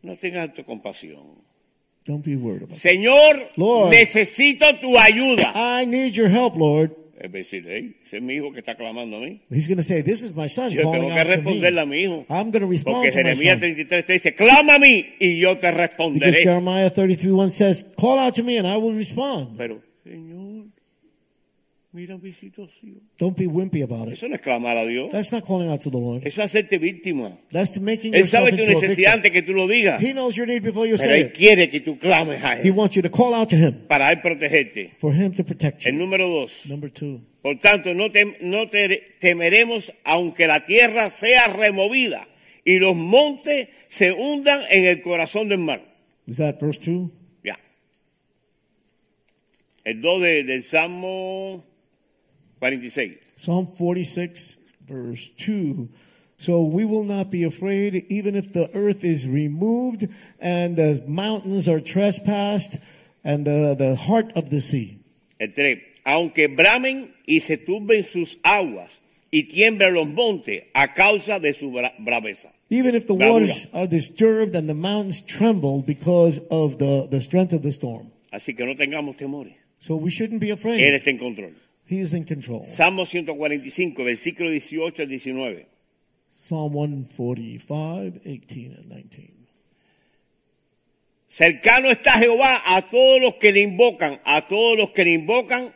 B: No tengas autocompasión.
C: Don't be worried about it.
B: Señor,
C: Lord.
B: necesito tu ayuda.
C: I need your help, Lord.
B: Es decir, "Ey, ese es mi hijo que está clamando a mí.
C: He's going to say, This is my son
B: Yo
C: calling
B: tengo que
C: out to
B: responderle a mi
C: me.
B: hijo.
C: I'm going to respond
B: Porque
C: to my
B: Jeremías
C: son.
B: 33 te dice, clama a mí y yo te
C: Because
B: responderé.
C: Jeremiah 33 1 says, Call out to me and I will respond.
B: Pero, Señor, mira mi situación.
C: Don't be wimpy about it.
B: Eso no es clamar a Dios.
C: That's not calling out to the Lord.
B: Eso es hacerte víctima.
C: That's to making
B: Él
C: yourself
B: sabe tu
C: into a
B: necesidad
C: victim.
B: antes que tú lo digas.
C: He knows your need before you
B: Pero
C: say
B: Él
C: it.
B: quiere que tú clames a
C: He
B: Él
C: wants you to call out to Him
B: para Él protegerte.
C: for Him to protect
B: El
C: you.
B: número dos.
C: Number two.
B: Por tanto, no, tem- no te- temeremos aunque la tierra sea removida y los montes se hundan en el corazón del mar.
C: Is that verse two?
B: Ya. El 2 de- del Salmo 46.
C: Psalm 46, verse 2. So we will not be afraid, even if the earth is removed and the mountains are trespassed and the, the heart of the sea.
B: El 3. Aunque bramen y se turben sus aguas y tiemblen los montes a causa de su bra- braveza.
C: Even if the
B: Bravura.
C: waters are disturbed and the mountains tremble because of the, the strength of the storm.
B: Así que no tengamos temores.
C: So we shouldn't be
B: Él
C: afraid.
B: está en control.
C: He is in control.
B: Salmo 145, versículo 18 al 19.
C: Psalm 145, 18 and 19.
B: Cercano está Jehová a todos los que le invocan, a todos los que le invocan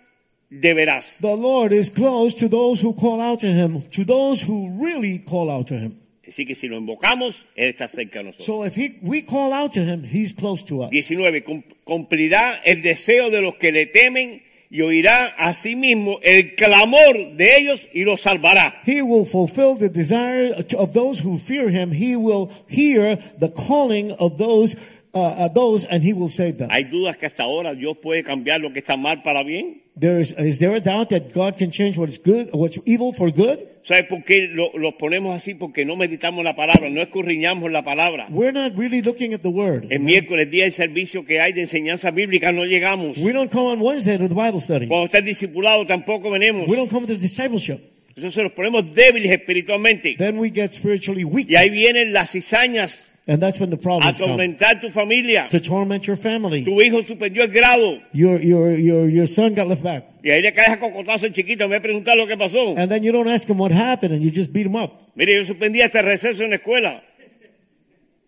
B: de veras.
C: The Lord is close to those who call out to him, to those who really call out to him.
B: Así que si lo invocamos, Él está cerca a nosotros.
C: So if he, we call out to him, he's close to us.
B: 19. cum- Cumplirá el deseo de los que le temen y oirá a sí mismo el clamor de ellos y los salvará.
C: He will fulfill the desire of those who fear him. He will hear the calling of those, uh, uh, those, and he will save them.
B: Hay dudas que hasta ahora Dios puede cambiar lo que está mal para bien.
C: There is, is there a doubt that God can change what is good, what's evil for good?
B: ¿Sabes por qué lo- los ponemos así? Porque no meditamos la palabra, no escurriñamos la palabra.
C: We're not really looking at the word.
B: El miércoles, día del servicio que hay de enseñanza bíblica, no llegamos.
C: We don't come on Wednesday to the Bible study.
B: Cuando está el discipulado, tampoco venimos.
C: We don't come to discipleship.
B: Entonces los ponemos débiles espiritualmente.
C: Then we get spiritually weak,
B: Y ahí vienen las cizañas
C: and that's when the
B: a
C: problems come
B: tormentar tu familia.
C: to torment your family.
B: Tu hijo suspendió el grado.
C: Your your your your son got left back,
B: Y ahí le caes a cocotazo el chiquito, me voy a preguntar lo que pasó.
C: and then you don't ask him what happened, and you just beat him up.
B: Mire, yo suspendí hasta el receso en la escuela.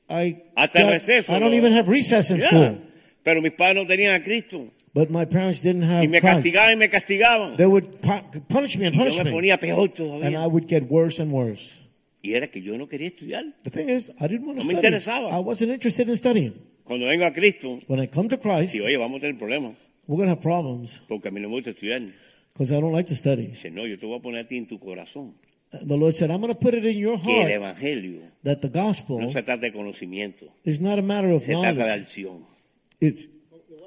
C: I
B: Hasta el receso,
C: I don't
B: ¿no?
C: even have recess in
B: Ya.
C: school.
B: Pero mis padres no tenían a Cristo.
C: But my parents didn't have
B: Y me
C: Christ.
B: castigaban y me castigaban.
C: They would pu- punish me and
B: Y
C: punish
B: yo me
C: me,
B: ponía peor
C: and I
B: todavía.
C: would get worse and worse.
B: Y era que yo no quería estudiar.
C: The thing is, I didn't want to
B: No me
C: study.
B: interesaba.
C: I wasn't interested in studying.
B: Cuando vengo a Cristo,
C: When I come to Christ,
B: digo, oye, vamos a tener problemas.
C: we're gonna have problems
B: Porque a mí no me gusta estudiar.
C: because I don't like to study.
B: Dice, no, yo te voy a poner a ti en tu corazón.
C: And the Lord said, "I'm gonna put it in your
B: Que el
C: heart
B: Evangelio
C: that the
B: no
C: gospel
B: se trata de conocimiento.
C: is not a matter of
B: Se trata de
C: knowledge.
B: acción.
C: It's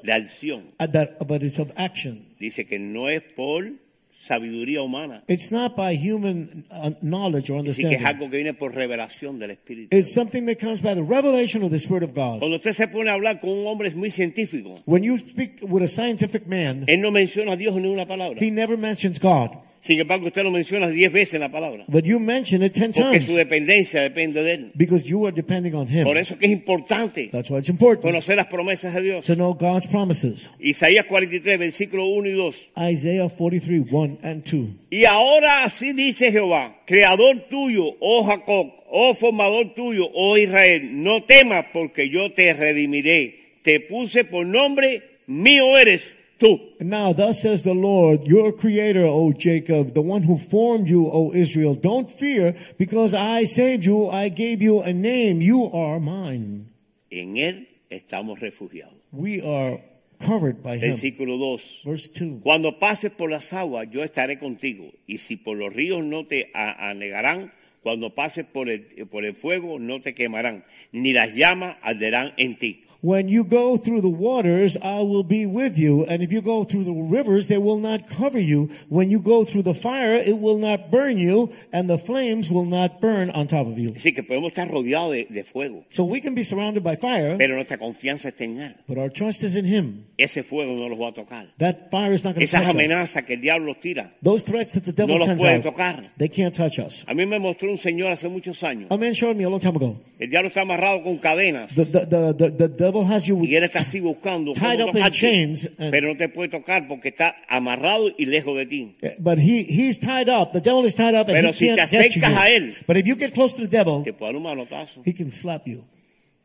B: De acción.
C: uh, that, but it's of action.
B: Dice que no es por sabiduría humana.
C: It's not by human uh, knowledge or
B: Así que es
C: understanding.
B: algo que viene por revelación del Espíritu.
C: It's something that comes by the revelation of the Spirit of God.
B: Cuando usted se pone a hablar con un hombre muy científico,
C: When you speak with a scientific man,
B: él no menciona a Dios ni una palabra.
C: he never mentions God,
B: Sin embargo, usted lo menciona diez veces en la palabra.
C: but you mention it ten
B: Porque su
C: times
B: dependencia depende de él.
C: because you are depending on
B: Por
C: him.
B: eso que es importante
C: That's why it's important
B: conocer las promesas de Dios.
C: to know God's promises.
B: Isaías 43, versículo 1 y 2.
C: Isaiah 43, 1 and 2.
B: Y ahora así dice Jehová, creador tuyo, oh Jacob, oh formador tuyo, oh Israel, no temas porque yo te redimiré. Te puse por nombre, mío eres tú.
C: Now, thus says the Lord, your creator, O Jacob, the one who formed you, O Israel. Don't fear, because I saved you, I gave you a name. You are mine.
B: En él estamos refugiados.
C: We are covered by him.
B: Versículo 2.
C: Verse 2.
B: Cuando pases por las aguas, yo estaré contigo. Y si por los ríos no te a- anegarán, cuando pases por el, por el fuego, no te quemarán, ni las llamas arderán en ti.
C: When you go through the waters, I will be with you. And if you go through the rivers, they will not cover you. When you go through the fire, it will not burn you, and the flames will not burn on top of you.
B: Así que podemos estar rodeados de, de fuego,
C: So we can be surrounded by fire,
B: pero nuestra confianza está en él.
C: but our trust is in him.
B: Ese fuego no los va a tocar.
C: That fire is not going to
B: Esas
C: touch us.
B: amenazas que el diablo tira.
C: Those threats that the devil
B: los
C: sends
B: pueden
C: out,
B: tocar.
C: they can't touch us.
B: A mí me mostró un señor hace muchos años.
C: Oh. A man showed me a long time ago.
B: El diablo está amarrado con cadenas.
C: The, the, the, the, the devil has you
B: Y él está así buscando,
C: Tied
B: cómo
C: up in
B: tocarte,
C: chains and-
B: pero no te puede tocar porque está amarrado y lejos de ti.
C: But he, he's tied up. The devil is tied up and
B: Pero
C: he
B: si te
C: can't get to you.
B: acercas a él-
C: but if you get close to the devil,
B: Te puede dar un manotazo.
C: he can slap you.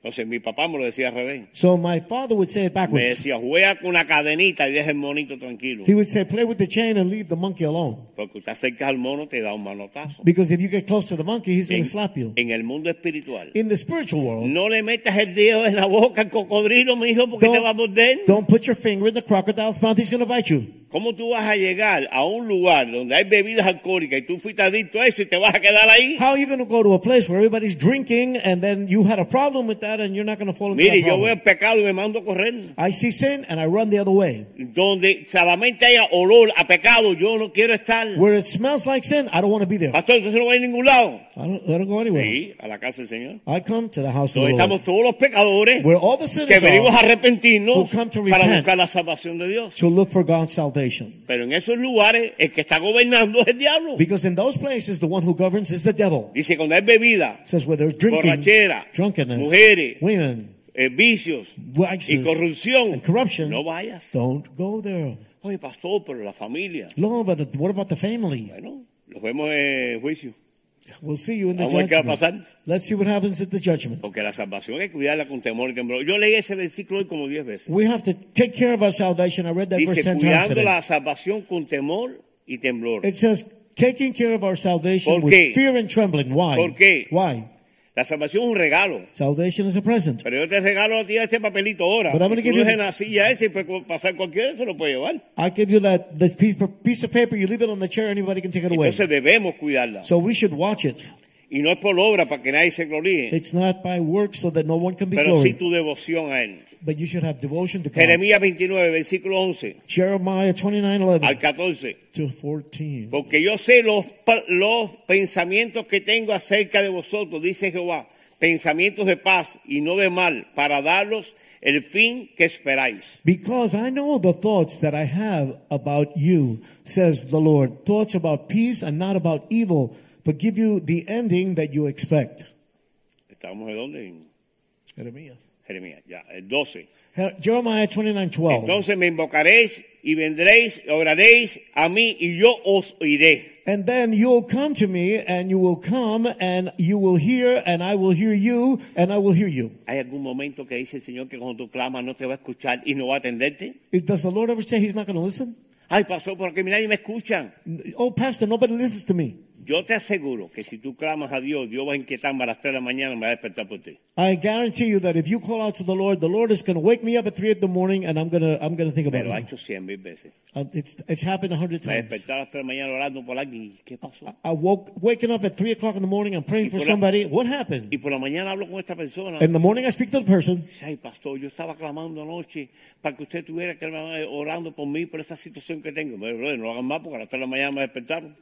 B: Entonces mi papá me lo decía al revés.
C: So my father would say it
B: Me
C: backwards.
B: decía, juega con la cadenita y deja el monito tranquilo.
C: Pues, He would say, play with the chain and leave the monkey alone.
B: Porque te acercas al mono, te da un manotazo.
C: Because if you get close to the monkey, he's going
B: En,
C: to slap you.
B: en el mundo espiritual.
C: In the spiritual world,
B: No le metas el dedo en la boca al cocodrilo, mi hijo, porque te va a morder.
C: don't put your finger in the crocodile's mouth. He's going to bite you.
B: ¿Cómo tú vas a llegar a un lugar donde hay bebidas alcohólicas y tú fuiste adicto a eso y te vas a quedar ahí?
C: How are you going to go to a place where everybody's drinking and then you had a problem with that and you're not going to follow
B: Mire,
C: that
B: yo
C: problem?
B: veo el pecado y me mando a correr.
C: I see sin and I run the other way.
B: Donde solamente haya olor a pecado, yo no quiero estar.
C: Where it smells like sin, I don't want to be there. I
B: Pastor, entonces no voy a ningún lado.
C: don't, I don't go anywhere.
B: Ah. Sí, a la casa del Señor.
C: I come to the house of
B: Donde
C: the
B: estamos
C: Lord.
B: todos los pecadores
C: Where all the
B: que
C: sinners
B: venimos a
C: are who
B: arrepentirnos
C: come to
B: para
C: repent.
B: buscar la salvación de Dios.
C: to look for God's salvation.
B: Pero en esos lugares, el que está gobernando es el diablo.
C: Because in those places, the one who governs is the devil.
B: Dice, cuando hay bebida,
C: It says where there's drinking,
B: Borrachera,
C: drunkenness,
B: mujeres,
C: women,
B: eh, vicios y
C: vices,
B: corrupción,
C: and corruption,
B: no vayas.
C: don't go there.
B: Oye, pastor, pero la familia.
C: Lord, but what about the family?
B: Bueno, los vemos en juicio.
C: We'll see you in the
B: Vamos a ver qué va a
C: judgment.
B: pasar.
C: Let's see what happens at the judgment.
B: Porque la salvación hay que cuidarla con temor y temblor. Yo leí ese versículo hoy como 10 veces.
C: We have to take care of our salvation. I read that verse
B: Dice,
C: 10 times
B: cuidando
C: today.
B: la salvación con temor y temblor.
C: It says, taking care of our salvation
B: ¿Por qué?
C: with fear and trembling. Why?
B: ¿Por qué?
C: Why?
B: La salvación es un regalo.
C: Salvation is a present.
B: Pero yo te regalo a ti este papelito ahora.
C: But I'm gonna
B: Y Tú
C: give you
B: dejas en
C: this-
B: la silla ese y puede pasar cualquiera, se lo puede llevar.
C: I give you that, that piece, piece of paper. You leave it on the chair. Anybody can take it away.
B: Entonces debemos cuidarla.
C: So we should watch it.
B: Y no es por obra para que nadie se gloríe,
C: It's not by work so that no one can be
B: pero sí
C: glorified.
B: tu devoción a Él.
C: But you should have devotion to God.
B: Jeremías 29, versículo 11
C: Jeremiah 29, 11
B: al 14.
C: to 14.
B: Porque yo sé los, pa- los pensamientos que tengo acerca de vosotros, dice Jehová, pensamientos de paz y no de mal, para daros el fin que esperáis.
C: Because I know the thoughts that I have about you, says the Lord. Thoughts about peace and not about evil, but give you the ending that you expect.
B: ¿Estamos de dónde? En
C: Jeremiah.
B: Jeremías, ya, el 12.
C: Jeremiah 29, 12.
B: Entonces me invocaréis y vendréis, oraréis a mí y yo os oiré.
C: and then you'll come to me and you will come and you will hear and I will hear you and I will hear you.
B: ¿Hay algún momento que dice el Señor que cuando tú clamas no te va a escuchar y no va a atenderte?
C: It- Does the Lord ever say he's not going to listen?
B: Ay, pasó porque nadie me escucha.
C: Oh, pastor, nobody listens to me.
B: Yo te aseguro que si tú clamas a Dios, Dios va a inquietarme a las 3 de la mañana y me va a despertar por ti.
C: I guarantee you that if you call out to the Lord, the Lord is going to wake me up at three in the morning, and I'm going to I'm going to think
B: Me
C: about
B: lo ha
C: it.
B: hecho cien mil veces.
C: Uh, It's it's happened a hundred
B: Me
C: times.
B: despertó a las 3 de la mañana orando por alguien. ¿Y ¿Qué pasó?
C: I woke waking up at three o'clock in the morning. I'm praying
B: Y
C: for
B: por la-
C: somebody. What
B: Y
C: happened?
B: por la mañana hablo con esta persona.
C: In the morning, I speak to the person.
B: Dice, Ay, pastor, yo estaba clamando anoche para que usted estuviera clamando- orando por mí, por esa situación que tengo. Pero, brother, no lo hagan más porque a las 3 de la mañana me despertaron.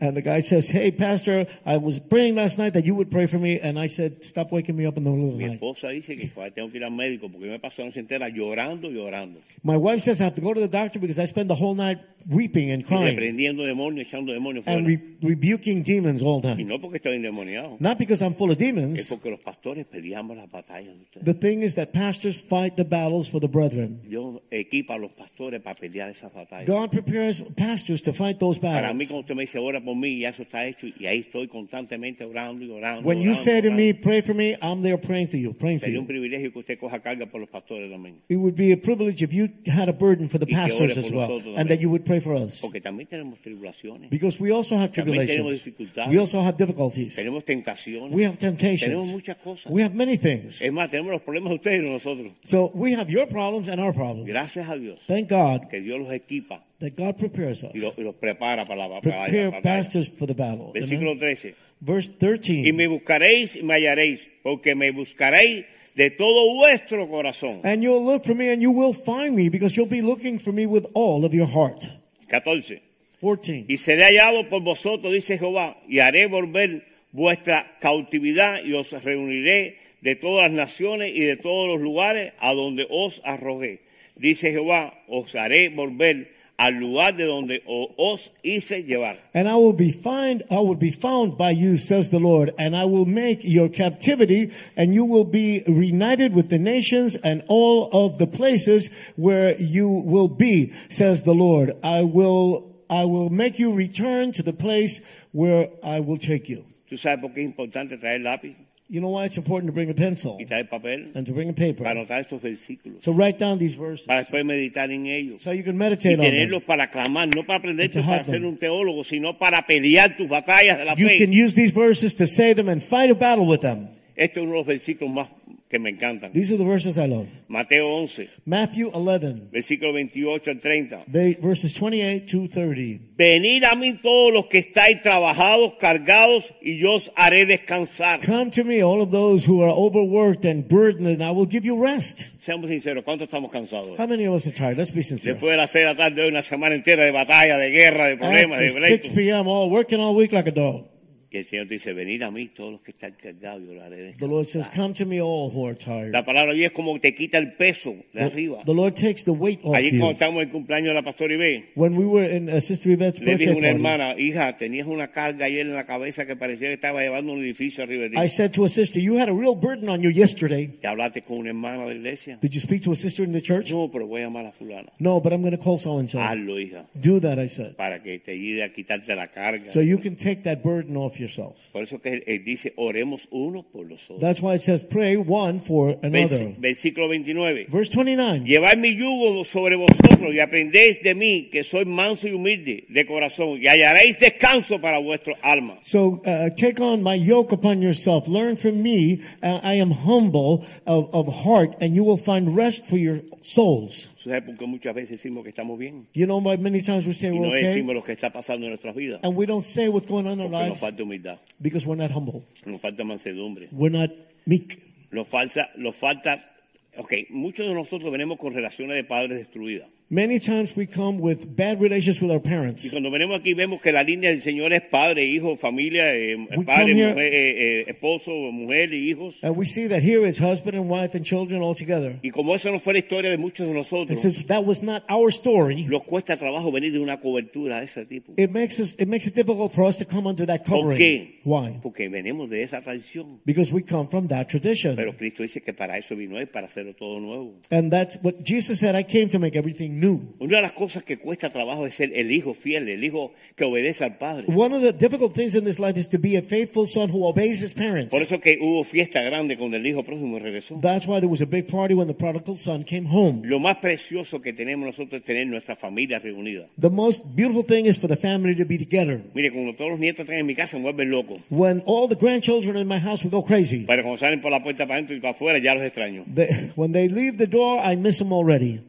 C: And the guy says, Hey, Pastor, I was praying last night that you would pray for me. And I said, Stop waking me up in the middle of
B: Mi
C: the night.
B: esposa dice que joder, tengo que ir al médico porque me pasó la noche entera llorando, llorando.
C: My wife says, I have to go to the doctor because I spend the whole night weeping and
B: Y
C: crying
B: reprendiendo demonios, echando demonios fuera.
C: and re- rebuking demons all
B: Y
C: night.
B: no porque estoy endemoniado.
C: Not because I'm full of
B: Es
C: demons.
B: porque los pastores peleamos las batallas de ustedes.
C: The thing is that pastors fight the battles for the brethren.
B: Dios equipa a los pastores para pelear esas batallas.
C: God prepares pastors to fight those
B: Para mí,
C: battles.
B: cuando usted me dice ora por mí, ya eso está hecho y ahí estoy constantemente orando y orando.
C: When you
B: orando,
C: say to
B: orando.
C: me, pray for me, I'm there praying for you, praying for
B: sería un
C: you.
B: privilegio que usted coja carga por los pastores también.
C: It would be a privilege if you had a burden for the
B: Y que ore
C: pastors
B: por
C: as well,
B: nosotros
C: and
B: también.
C: that you would pray for us.
B: Porque también tenemos tribulaciones,
C: Because we also have
B: También tenemos
C: tribulations.
B: dificultades.
C: We also have difficulties.
B: tenemos tentaciones,
C: We have
B: tenemos
C: temptations.
B: muchas Eh. cosas.
C: We have many things.
B: Es más, tenemos los problemas de ustedes y los nosotros.
C: So we have your problems and our problems.
B: Gracias a Dios
C: Thank God
B: que Dios los equipa
C: that God prepares us.
B: y los, y los prepara para la para la
C: Prepare
B: batalla.
C: pastors for the battle. Amen.
B: Versículo 13.
C: Verse
B: Y
C: 13.
B: me buscaréis y me hallaréis, porque me buscaréis de todo vuestro corazón.
C: And you'll look for me and you will find me because you'll be looking for me with all of your heart.
B: 14.
C: 14.
B: Y seré hallado por vosotros, dice Jehová, y haré volver vuestra cautividad y os reuniré de todas las naciones y de todos los lugares a donde os arrojé. Dice Jehová, os haré volver al lugar de donde o- os hice llevar.
C: And I will be find I will be found by you, says the Lord, and I will make your captivity, and you will be reunited with the nations and all of the places where you will be, says the Lord. I will I will make you return to the place where I will take you.
B: ¿Tú sabes por qué es importante traer lápiz
C: You know why it's important to bring a pencil
B: y traer papel?
C: and to bring a
B: Para
C: paper
B: anotar estos versículos.
C: to write down these verses
B: Para después meditar en ellos.
C: so you can
B: Y
C: meditate on them.
B: tenerlos para clamar, no para aprenderte
C: To have
B: para ser
C: them.
B: un teólogo, sino para pelear tus batallas de la
C: You
B: fe.
C: can use these verses to say them and fight a battle with them.
B: Este es uno de los versículos más que me encantan.
C: These are the verses I love.
B: Mateo 11,
C: Matthew 11.
B: versículo 28 al 30.
C: They, verses 28 to 30.
B: Venid a mí todos los que estáis trabajados, cargados, y yo os haré descansar.
C: Come to me, all of those who are overworked and burdened, and I will give you rest.
B: Seamos sinceros, ¿cuántos estamos cansados?
C: How many of us are tired? Let's be sincere.
B: Después de las seis de la tarde, hoy una semana entera de batalla, de guerra,
C: Ah,
B: de problemas, de
C: After 6
B: pleitos.
C: p.m., all working all week like a dog.
B: Y el Señor dice, venid a mí todos los que están cargados, yo os haré
C: The Lord says,
B: descansar.
C: Come to me, all who are tired.
B: La palabra hoy es como te quita el peso de arriba.
C: The Lord takes the weight off
B: Allí cuando
C: you.
B: estábamos en el cumpleaños de la pastora Ibé,
C: When we were in uh, Sister Yvette's
B: le dije a
C: birthday
B: una
C: party,
B: hermana, hija, tenías una carga ayer en la cabeza que parecía que estaba llevando un edificio arriba de ti.
C: I said to a sister, You had a real burden on you yesterday.
B: ¿Te hablaste con una hermana de la iglesia?
C: Did you speak to a sister in the church?
B: No, pero voy a llamar a fulana.
C: No, but I'm going to call so and so.
B: Hazlo, hija.
C: Do that, I said.
B: para que te ayude a quitarte la carga.
C: So you can take that burden off yourself.
B: por eso que él, él dice, oremos uno por los otros.
C: That's why it says, Pray one for another.
B: Versi- versículo 29.
C: Verse 29.
B: Llevad mi yugo sobre vosotros y aprendéis de mí, que soy manso y humilde de corazón, y hallaréis descanso para vuestro alma.
C: So uh, take on my yoke upon yourself. Learn from me. Uh, I am humble of, of heart, and you will find rest for your souls.
B: Eso es porque muchas veces decimos que estamos bien
C: You know, but many times we say
B: y
C: we're
B: no decimos
C: okay,
B: lo que está pasando en nuestras vidas.
C: and we don't say what's going on in our
B: Porque nos
C: lives
B: falta humildad,
C: because we're not humble.
B: nos falta mansedumbre,
C: We're not meek.
B: nos falta, nos falta... Ok, muchos de nosotros venimos con relaciones de padres destruidas.
C: Many times we come with bad relations with our
B: Y
C: parents.
B: cuando venimos aquí vemos que la línea del Señor es padre, hijo, familia, eh,
C: come
B: padre,
C: here-
B: mujer, eh, eh, esposo, mujer y hijos.
C: And we see that here it's husband and wife and children all together.
B: Y como eso no fue la historia de muchos de
C: It
B: nosotros,
C: says that was not our story.
B: nos cuesta trabajo venir de una cobertura de ese tipo.
C: It makes us. It makes it difficult for us to come under that
B: ¿Por
C: covering.
B: qué?
C: Why?
B: Porque venimos de esa tradición.
C: Because we come from that tradition.
B: Pero Cristo dice que para eso vino Él, para hacerlo todo nuevo.
C: And that's what Jesus said, I came to make everything new.
B: Una de las cosas que cuesta trabajo es ser el hijo fiel, el hijo que obedece al Padre.
C: One of the difficult things in this life is to be a faithful son who obeys his parents.
B: Por eso que hubo fiesta grande cuando el hijo próximo regresó.
C: That's why there was a big party when the prodigal son came home.
B: Lo más precioso que tenemos nosotros es tener nuestra familia reunida.
C: The most beautiful thing is for the family to be together.
B: Mire, cuando todos los nietos están en mi casa, me vuelven loco.
C: When all the grandchildren in my house would go crazy.
B: Pero cuando salen por la puerta para adentro y para afuera, ya los extraño.
C: They, when they leave the door, I miss them already.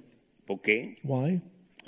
B: Porque
C: Why?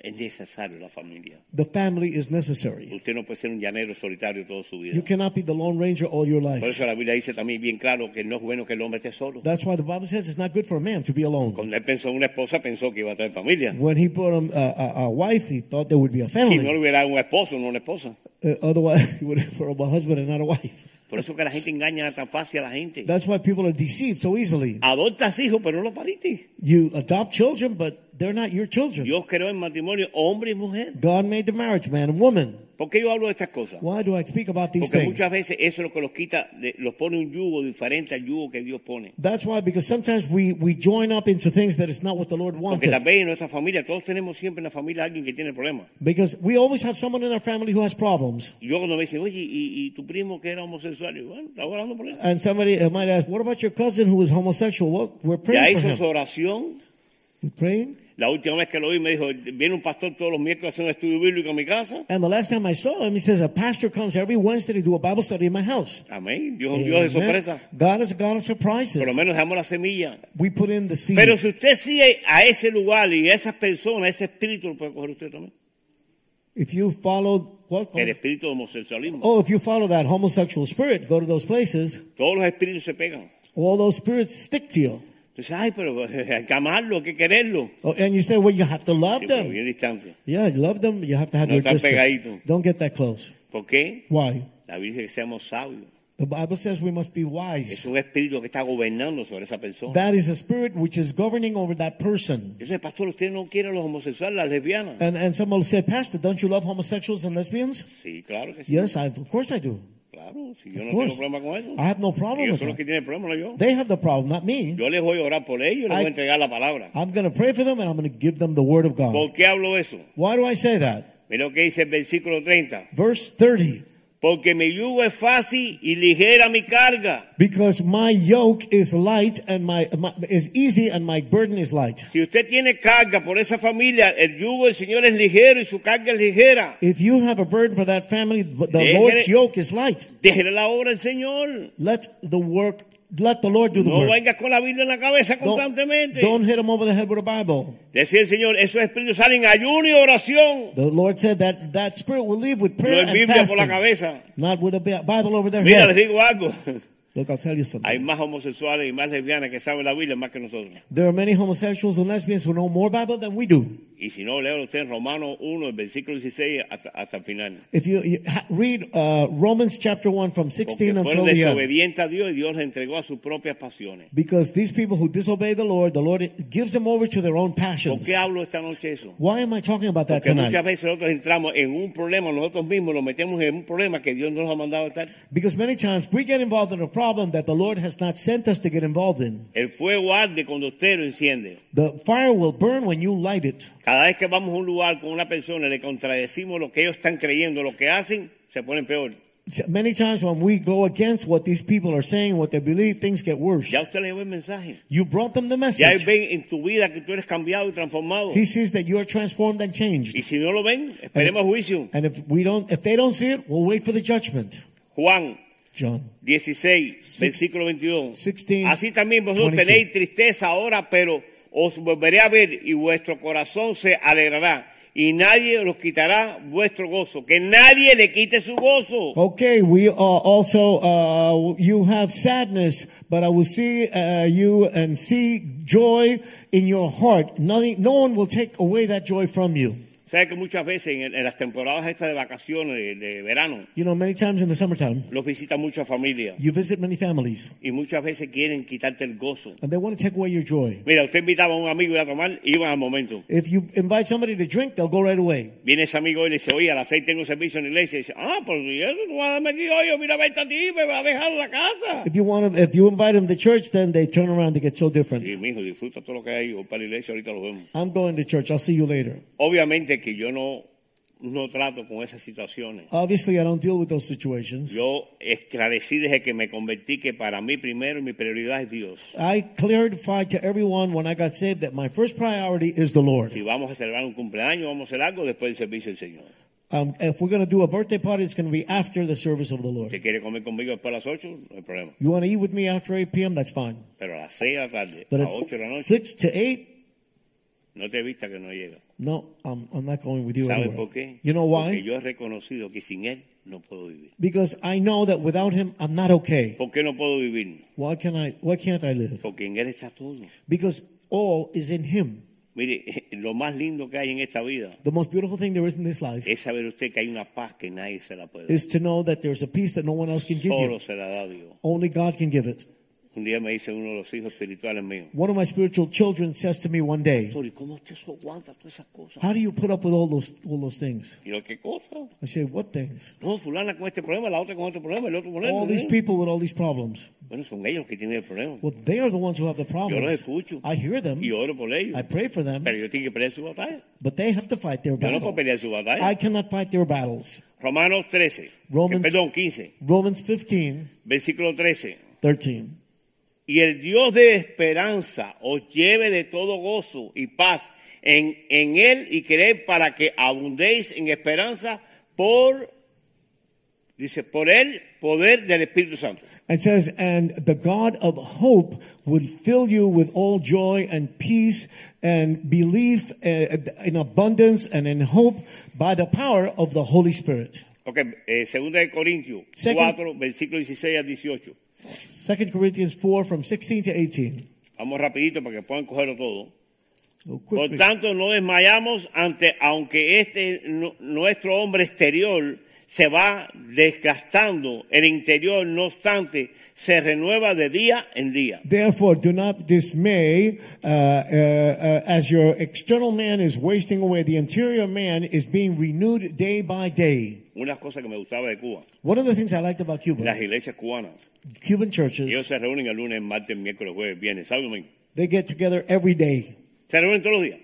B: es necesario la familia.
C: The family is necessary.
B: Usted no puede ser un llanero solitario toda su
C: You
B: vida.
C: cannot be the Lone Ranger all your
B: Por
C: life.
B: eso la Biblia dice también bien claro que no es bueno que el hombre esté solo.
C: That's why the Bible says it's not good for a man to be alone.
B: Cuando él pensó en una esposa, pensó que iba a tener familia.
C: When he brought him a, a, a wife, he thought there would be a
B: Si
C: family.
B: no le hubiera dado un esposo, no una esposa.
C: Uh, otherwise, you would have for a husband and not a wife.
B: Por eso que la gente engaña tan fácil a la gente.
C: That's why people are deceived so easily.
B: Adoptas hijos, pero no los pariste.
C: You adopt children, but they're not your children.
B: Dios creó en matrimonio hombre y mujer.
C: God made the marriage man and woman.
B: ¿Por qué yo hablo de estas cosas?
C: Why do I speak about these
B: Porque
C: things?
B: muchas veces eso es lo que los quita, de- los pone un yugo diferente al yugo que Dios pone.
C: That's why, because sometimes we, we join up into things that is not what the Lord
B: Porque
C: wanted.
B: tal vez en nuestra familia, todos tenemos siempre en la familia alguien que tiene problemas.
C: Because we always have someone in our family who has problems.
B: Y yo cuando me dicen, oye, ¿y, y tu primo que era homosexual? Y yo, bueno, estaba orando por él.
C: And somebody uh, might ask, what about your cousin who is homosexual? Well, we're
B: Ya
C: praying for
B: hizo su
C: him.
B: oración.
C: We're praying.
B: La última vez que lo vi me dijo, viene un pastor todos los miércoles a hacer un estudio bíblico a mi casa.
C: And the last time I saw him, he says, a pastor comes every Wednesday to do a Bible study in my house.
B: Amén. Dios es un Dios de
C: Amen.
B: sorpresa.
C: God is a
B: Por
C: God of
B: lo
C: surprises.
B: menos dejamos la semilla.
C: We put in the seed.
B: Pero si usted sigue a ese lugar y a esas personas, ese espíritu lo puede coger usted también.
C: If you follow what?
B: El espíritu de homosexualismo.
C: Oh, if you follow that homosexual spirit, go to those places.
B: Todos los espíritus se pegan.
C: All those spirits stick to you,
B: Entonces, ay, pero hay que amarlo, hay que quererlo.
C: oh, and you say, "Well, you have to love
B: Sí, pero
C: them."
B: bien distante.
C: Yeah, you love them. You have to have
B: No
C: your
B: tan
C: distance.
B: pegadito.
C: Don't get that close.
B: ¿Por qué?
C: Why?
B: La Biblia dice que seamos sabios.
C: The Bible says we must be
B: Es
C: wise.
B: un espíritu que está gobernando sobre esa persona.
C: That is a spirit which is governing over that person.
B: Yo sé, pastor, usted no quiere a los homosexuales, las lesbianas.
C: And, and someone will say, Pastor, don't you love homosexuals and lesbians?
B: Sí, claro que sí.
C: Yes, I, of course I do.
B: Claro, si yo
C: Of
B: no tengo
C: course.
B: problema con eso.
C: I have no problem
B: Ellos
C: with
B: son los
C: that.
B: que tienen problemas, no yo.
C: They have the problem, not me.
B: Yo les voy a orar por ellos, les voy
C: I-
B: a entregar la palabra.
C: I'm going to pray for them and I'm going to give them the word of God.
B: ¿Por qué hablo eso?
C: Why do I say that?
B: Mira lo que dice el versículo 30.
C: Verse 30.
B: Porque mi yugo es fácil y ligera mi carga.
C: Because my yoke is light and my, my is easy and my burden is light.
B: Si usted tiene carga por esa familia, el yugo del Señor es ligero y su carga es ligera.
C: If you have a burden for that family, the
B: Déjele-
C: Lord's yoke is light.
B: Déjele la obra al Señor.
C: Let the work, let the Lord do the
B: No
C: work.
B: vengas con la Biblia en la cabeza
C: Don't,
B: constantemente.
C: don't hit them over the head with a Bible.
B: Decía el Señor, esos espíritus salen ayuno y oración.
C: The Lord said that that spirit will leave with
B: No
C: prayer
B: es
C: and
B: Biblia por la
C: fasting,
B: cabeza.
C: not with a Bi- Bible over their
B: Mira, les
C: head.
B: digo algo.
C: Look, I'll tell you something.
B: Hay más homosexuales y más lesbianas que saben la Biblia más que nosotros.
C: There are many homosexuals and lesbians who know more Bible than we do.
B: Y si no, léalo usted en Romanos 1, el versículo 16 hasta, hasta el final.
C: If you, you ha- read uh, Romans chapter 1 from 16
B: Porque fueron
C: until the end,
B: desobedientes a Dios y Dios les entregó a sus propias pasiones.
C: because these people who disobey the Lord, the Lord gives them over to their own
B: ¿Por
C: passions.
B: qué hablo esta noche eso?
C: Why am I talking about that
B: Porque
C: tonight?
B: muchas veces nosotros entramos en un problema, nosotros mismos nos metemos en un problema que Dios no nos ha mandado estar.
C: Because many times we get involved in a problem that the Lord has not sent us to get involved in.
B: El fuego arde cuando usted lo enciende.
C: The fire will burn when you light it.
B: Cada vez que vamos a un lugar con una persona y le contradecimos lo que ellos están creyendo, lo que hacen, se ponen peor.
C: Many times when we go against what these people are saying, what they believe, things get worse.
B: Ya usted le llevó el mensaje.
C: You brought them the
B: Ya
C: message.
B: ven en tu vida que tú eres cambiado y transformado.
C: He sees that you are transformed and changed.
B: Y si no lo ven, esperemos juicio.
C: And if we don't, if they don't see it, we'll wait for the judgment.
B: Juan
C: John
B: 16,
C: Six-
B: versículo 22.
C: 16,
B: Así también vosotros
C: 26.
B: tenéis tristeza ahora, pero os volveré a ver y vuestro corazón se alegrará. Y nadie os quitará vuestro gozo. Que nadie le quite su gozo.
C: Okay, we are also, uh, you have sadness, but I will see uh, you and see joy in your heart. Nothing, no one will take away that joy from you.
B: Sabes que muchas veces en, en las temporadas estas de vacaciones, de, de verano,
C: You know, many times in the summertime,
B: los visita mucha familia.
C: you visit many families,
B: Y muchas veces quieren quitarte el gozo.
C: and they want to take away your joy.
B: Mira, usted invitaba a un amigo a ir a tomar, iban al momento.
C: If you invite somebody to drink, they'll go right away.
B: Viene ese amigo y le dice, oye, a las seis tengo servicio en la iglesia. Y dice, ah, pero si eso tú vas a darme aquí hoy, mira, vete a ti, me vas a dejar la casa.
C: If you want to, if you invite them to church, then they turn around. They get so different.
B: Y mijo, disfruta todo lo que hay, voy para la iglesia, ahorita lo vemos.
C: I'm going to church. I'll see you later.
B: Obviamente que yo no, no trato con esas situaciones.
C: Obviously, I don't deal with those situations.
B: Yo esclarecí desde que me convertí que para mí primero y mi prioridad es Dios.
C: I clarified to everyone when I got saved that my first priority is the
B: Si
C: Lord.
B: vamos a celebrar un cumpleaños, vamos a hacer algo después del servicio del Señor.
C: Um, if we're going to do a birthday party, it's going to be after the service of the
B: ¿Usted
C: Lord.
B: quiere comer conmigo después de las 8? No hay problema.
C: You want to eat with me after 8 p.m.? That's fine.
B: Pero a las 6 de la tarde, a
C: But
B: las 8 de la
C: it's
B: noche,
C: 6 to 8.
B: no te vista que no llega.
C: No, I'm, I'm not going with you
B: ¿Sabes
C: anywhere.
B: por qué?
C: You know
B: Porque
C: why?
B: yo he reconocido que sin Él no puedo vivir.
C: Because I know that without him, I'm not okay.
B: ¿Por qué no puedo vivir?
C: Why can I? Why can't I live?
B: Porque en Él está todo.
C: Because all is in him.
B: Mire, lo más lindo que hay en esta vida
C: The most beautiful thing there is in this life
B: es saber usted que hay una paz que nadie se la puede dar.
C: is to know that there's a peace that no one else can give
B: Solo
C: you.
B: se la da Dios.
C: Only God can give it.
B: Un día me dice uno de los hijos espirituales míos,
C: One of my spiritual children says to me one day,
B: Pastor, ¿y cómo usted se aguanta todas esas cosas?
C: How do you put up with all those all those things?
B: ¿Y lo qué cosa?
C: I say, What things?
B: No, fulana con este problema, la otra con otro problema, el otro problema.
C: All these people with all these problems.
B: Bueno, son ellos los que tienen el problema.
C: Well, they are the ones who have the
B: Yo los
C: problems.
B: escucho
C: I hear them.
B: y oro por ellos.
C: I pray for them,
B: Pero yo tengo que pelear su batalla.
C: but they have to fight their
B: Yo no puedo
C: battle.
B: pelear su batalla.
C: I cannot fight their battles.
B: Romanos 13, eh,
C: Romans-
B: perdón, 15,
C: Romans 15,
B: versículo 13.
C: 13.
B: Y el Dios de esperanza os lleve de todo gozo y paz en, en Él y creer para que abundéis en esperanza por, dice, por el poder del Espíritu Santo.
C: It says, and the God of hope would fill you with all joy and peace and belief uh, in abundance and in hope by the power of the Holy Spirit.
B: Ok, eh, segunda de Corintios
C: Second-
B: 4, versículo 16 al 18.
C: 2 Corinthians 4 from 16 to 18.
B: Vamos rapidito para que puedan cogerlo todo.
C: Go
B: Por
C: quickly.
B: tanto, no desmayamos ante, aunque este nu- nuestro hombre exterior se va desgastando el interior, no obstante, se renueva de día en día.
C: Therefore, do not dismay uh, uh, uh, as your external man is wasting away, the interior man is being renewed day by day.
B: Una cosa que me gustaba de Cuba,
C: One of the things I liked about Cuba,
B: las iglesias cubanas,
C: Cuban
B: ellos
C: churches,
B: se reúnen el lunes, martes, miércoles, jueves, viernes, sábado y domingo.
C: they get together every day.
B: Se reúnen todos los días.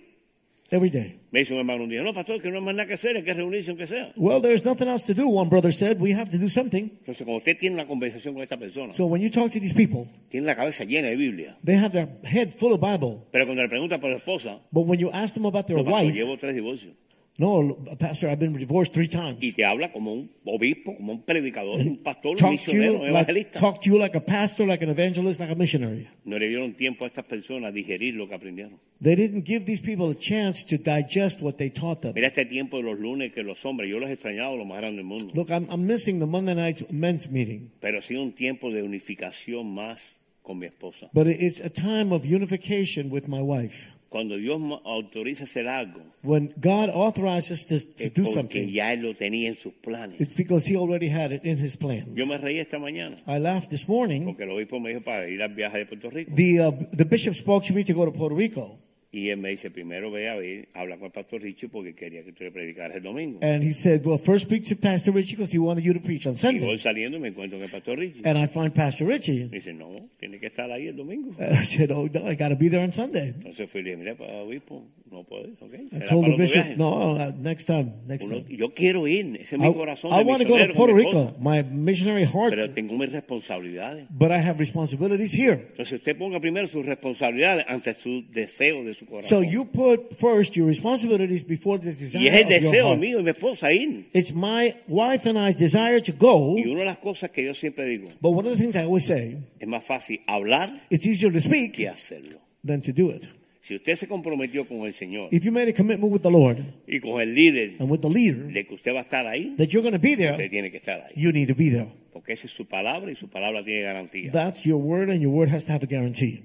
C: Every day.
B: Me dice un hermano un día, no, pastor, que no hay más nada que hacer, hay que reunirse aunque sea.
C: Well, there's nothing else to do, one brother said. We have to do something.
B: Entonces, cuando usted tiene una conversación con esta persona,
C: So when you talk to these people,
B: tiene la cabeza llena de Biblia,
C: they have their head full of Bible.
B: pero cuando le pregunta por la esposa,
C: But when you ask them about their
B: no, pastor,
C: wife,
B: llevo tres divorcios.
C: no, Pastor, I've been divorced three times.
B: Y te habla como un obispo, como un predicador, un pastor, un
C: Talk to,
B: misionero,
C: you
B: un
C: like,
B: evangelista.
C: talk to you like a pastor, like an evangelist, like a missionary.
B: No le dieron tiempo a estas personas a digerir lo que aprendieron.
C: They didn't give these people a chance to digest what they taught them.
B: Mira este tiempo de los lunes que los hombres, yo los he extrañado lo más grande del mundo,
C: Look, I'm, I'm missing the Monday night men's meeting,
B: pero ha sido un tiempo de unificación más con mi esposa.
C: but it's a time of unification with my wife.
B: Cuando Dios ma- autoriza hacer algo,
C: When God authorizes us to, to
B: es
C: do
B: porque
C: something,
B: ya Él lo tenía en sus planes.
C: it's because He already had it in His plans.
B: Yo me reí esta mañana,
C: I laughed this morning.
B: porque el obispo me dijo para ir al viaje de Puerto Rico.
C: The, uh, the bishop spoke to me to go to Puerto Rico,
B: Y él me dice, primero ve a ver, habla con el pastor Richie porque quería que tú le predicaras el domingo.
C: and he said, Well, first speak to Pastor Richie because he wanted you to preach on
B: Y voy
C: Sunday.
B: saliendo y me encuentro con el pastor Richie.
C: And I find Pastor
B: Me
C: Richie.
B: dice, no, tiene que estar ahí el domingo.
C: And I said, Oh, no, I got to be there on Sunday.
B: Entonces fui y le dije, mira, pa- obispo, no puedes, ok.
C: I
B: Será para
C: told the
B: otro
C: bishop,
B: viaje.
C: no, uh, next time, next
B: Uno-
C: time.
B: yo quiero ir, ese es
C: I,
B: mi corazón de
C: want to go
B: misionero
C: to
B: con
C: Puerto
B: mi esposa,
C: Rico, my missionary heart,
B: pero tengo mis responsabilidades.
C: but I have responsibilities here.
B: Entonces usted ponga primero sus responsabilidades ante su deseo de su
C: So
B: corazón.
C: you put first your responsibilities before the desire
B: y es el
C: of your
B: deseo
C: heart.
B: mío y mi esposa ir.
C: It's my wife and I's desire to go,
B: Y una de las cosas que yo siempre digo,
C: but one of the things I always say,
B: es más fácil hablar
C: it's easier to speak
B: que hacerlo.
C: than to do it.
B: Si usted se comprometió con el Señor
C: If you made a commitment with the Lord
B: y con el líder
C: and with the leader
B: de que usted va a estar ahí,
C: that you're going to be
B: usted
C: there,
B: tiene que estar ahí.
C: you need to be there.
B: Porque esa es su palabra y su palabra tiene garantía.
C: That's your word, and your word has to have a guarantee.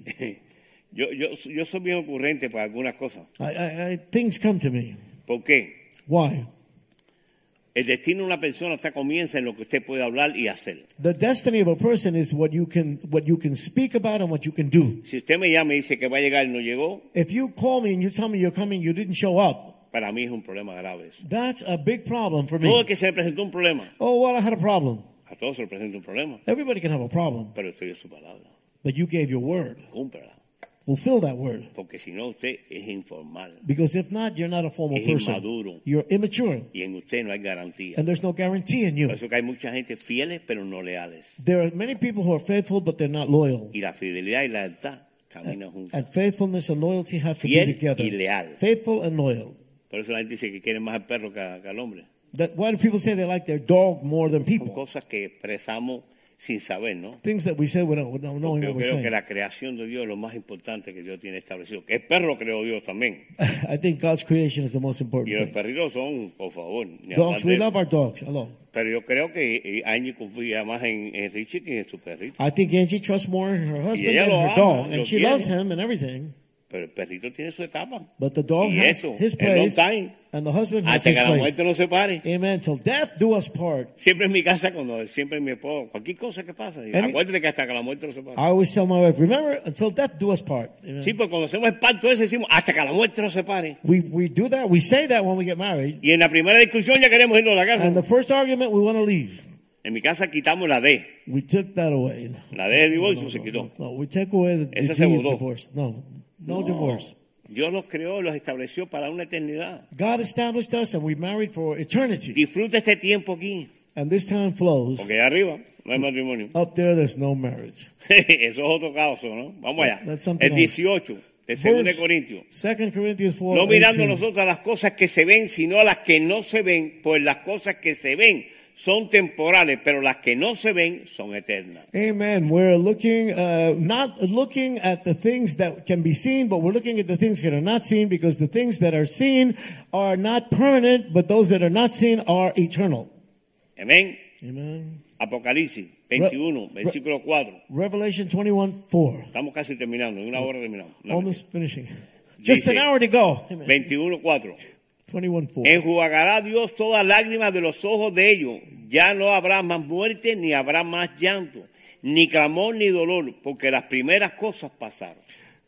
B: Yo, yo, yo soy bien ocurrente para algunas cosas.
C: I, I, I, things come to me.
B: ¿Por qué?
C: Why?
B: El destino de una persona hasta comienza en lo que usted puede hablar y hacer.
C: The destiny of a person is what you can what you can speak about and what you can do.
B: Si usted me llama y dice que va a llegar y no llegó,
C: If you call me and you tell me you're coming, you didn't show up.
B: para mí es un problema grave. eso.
C: That's a big problem for
B: Todo el
C: me.
B: que se le presentó un problema,
C: Oh well, I had a problem.
B: a todos se le presenta un problema,
C: Everybody can have a problem,
B: pero estoy en su palabra.
C: but you gave your word.
B: Cúmprala.
C: Fulfill that word,
B: Porque si no, usted es informal
C: because if not, you're not a formal
B: Es
C: person.
B: inmaduro.
C: You're immature,
B: y en usted no hay garantía.
C: and there's no guarantee in
B: Por
C: you.
B: eso que hay mucha gente fieles, pero no leales.
C: There are many people who are faithful, but they're not loyal.
B: Y la fidelidad y la lealtad caminan juntas.
C: And faithfulness and loyalty have to
B: Fiel
C: be together.
B: y leal.
C: Faithful and loyal.
B: Por eso la gente dice que quieren más al perro que, a- que al hombre.
C: That, why do people say they like their dog more than
B: Son
C: people?
B: cosas que expresamos sin saber, ¿no?
C: Things that we say without, without knowing
B: Yo
C: what we're
B: creo que
C: saying.
B: la creación de Dios es lo más importante que Dios tiene establecido. Que el perro creó Dios también.
C: I think God's creation is the most
B: Y
C: important
B: los
C: thing.
B: perritos son, por favor. ni hablar
C: Dogs,
B: de
C: we
B: eso.
C: love our dogs. Hello.
B: Pero yo creo que eh, Angie confía más en, en Richie que en su perrito.
C: I think Angie trusts more in her husband
B: ella
C: than
B: lo
C: her
B: ama,
C: dog,
B: lo
C: and she
B: quiere.
C: loves him and everything.
B: Pero el perrito tiene su etapa.
C: But the dog
B: Y
C: has
B: eso,
C: his
B: en long
C: place,
B: time.
C: and the husband has
B: Hasta
C: his
B: que la
C: place.
B: muerte no se pare.
C: Amen. Till death do us part.
B: Siempre en mi casa, cuando siempre en mi esposo, cualquier cosa que pasa, digo,
C: Any-
B: acuérdate que hasta que la muerte no se pare.
C: I always tell my wife, remember, until death do us part. Amen.
B: Sí, pues cuando hacemos el pacto ese, decimos, hasta que la muerte no se pare.
C: we, we do that. We say that when we get married.
B: Y en la primera discusión ya queremos irnos a la casa.
C: And the first argument, we want to leave.
B: En mi casa quitamos la D.
C: We took that away.
B: La D de divorcio
C: No,
B: se
C: no,
B: quitó.
C: No, we take away the,
B: Ese
C: the
B: se
C: deed of
B: votó.
C: divorce. No, no, divorce.
B: Dios los creó, los estableció para una eternidad.
C: God established us and we married for eternity.
B: Disfruta este tiempo aquí,
C: And this time flows.
B: porque allá arriba no hay matrimonio.
C: Up there, there's no marriage.
B: Eso es otro caso, ¿no? Vamos allá.
C: That's something
B: El 18 de 2 de Corintios.
C: 2 Corinthians 4.
B: No mirando
C: 18.
B: nosotros a las cosas que se ven, sino a las que no se ven, pues las cosas que se ven son temporales, pero las que no se ven son eternas.
C: Amen. We're looking, uh, not looking at the things that can be seen, but we're looking at the things that are not seen because the things that are seen are not permanent, but those that are not seen are eternal.
B: Amén.
C: Amen.
B: Apocalipsis 21,
C: Re-
B: versículo 4.
C: Revelation 21 4.
B: Estamos casi terminando, en una hora terminamos. No,
C: Almost finishing. Just an
B: Dice-
C: hour to go. Amen.
B: 21, 4.
C: 21 4.
B: Enjuagará Dios toda lágrima de los ojos de ellos. Ya no habrá más muerte, ni habrá más llanto, ni clamor, ni dolor, porque las primeras cosas pasaron.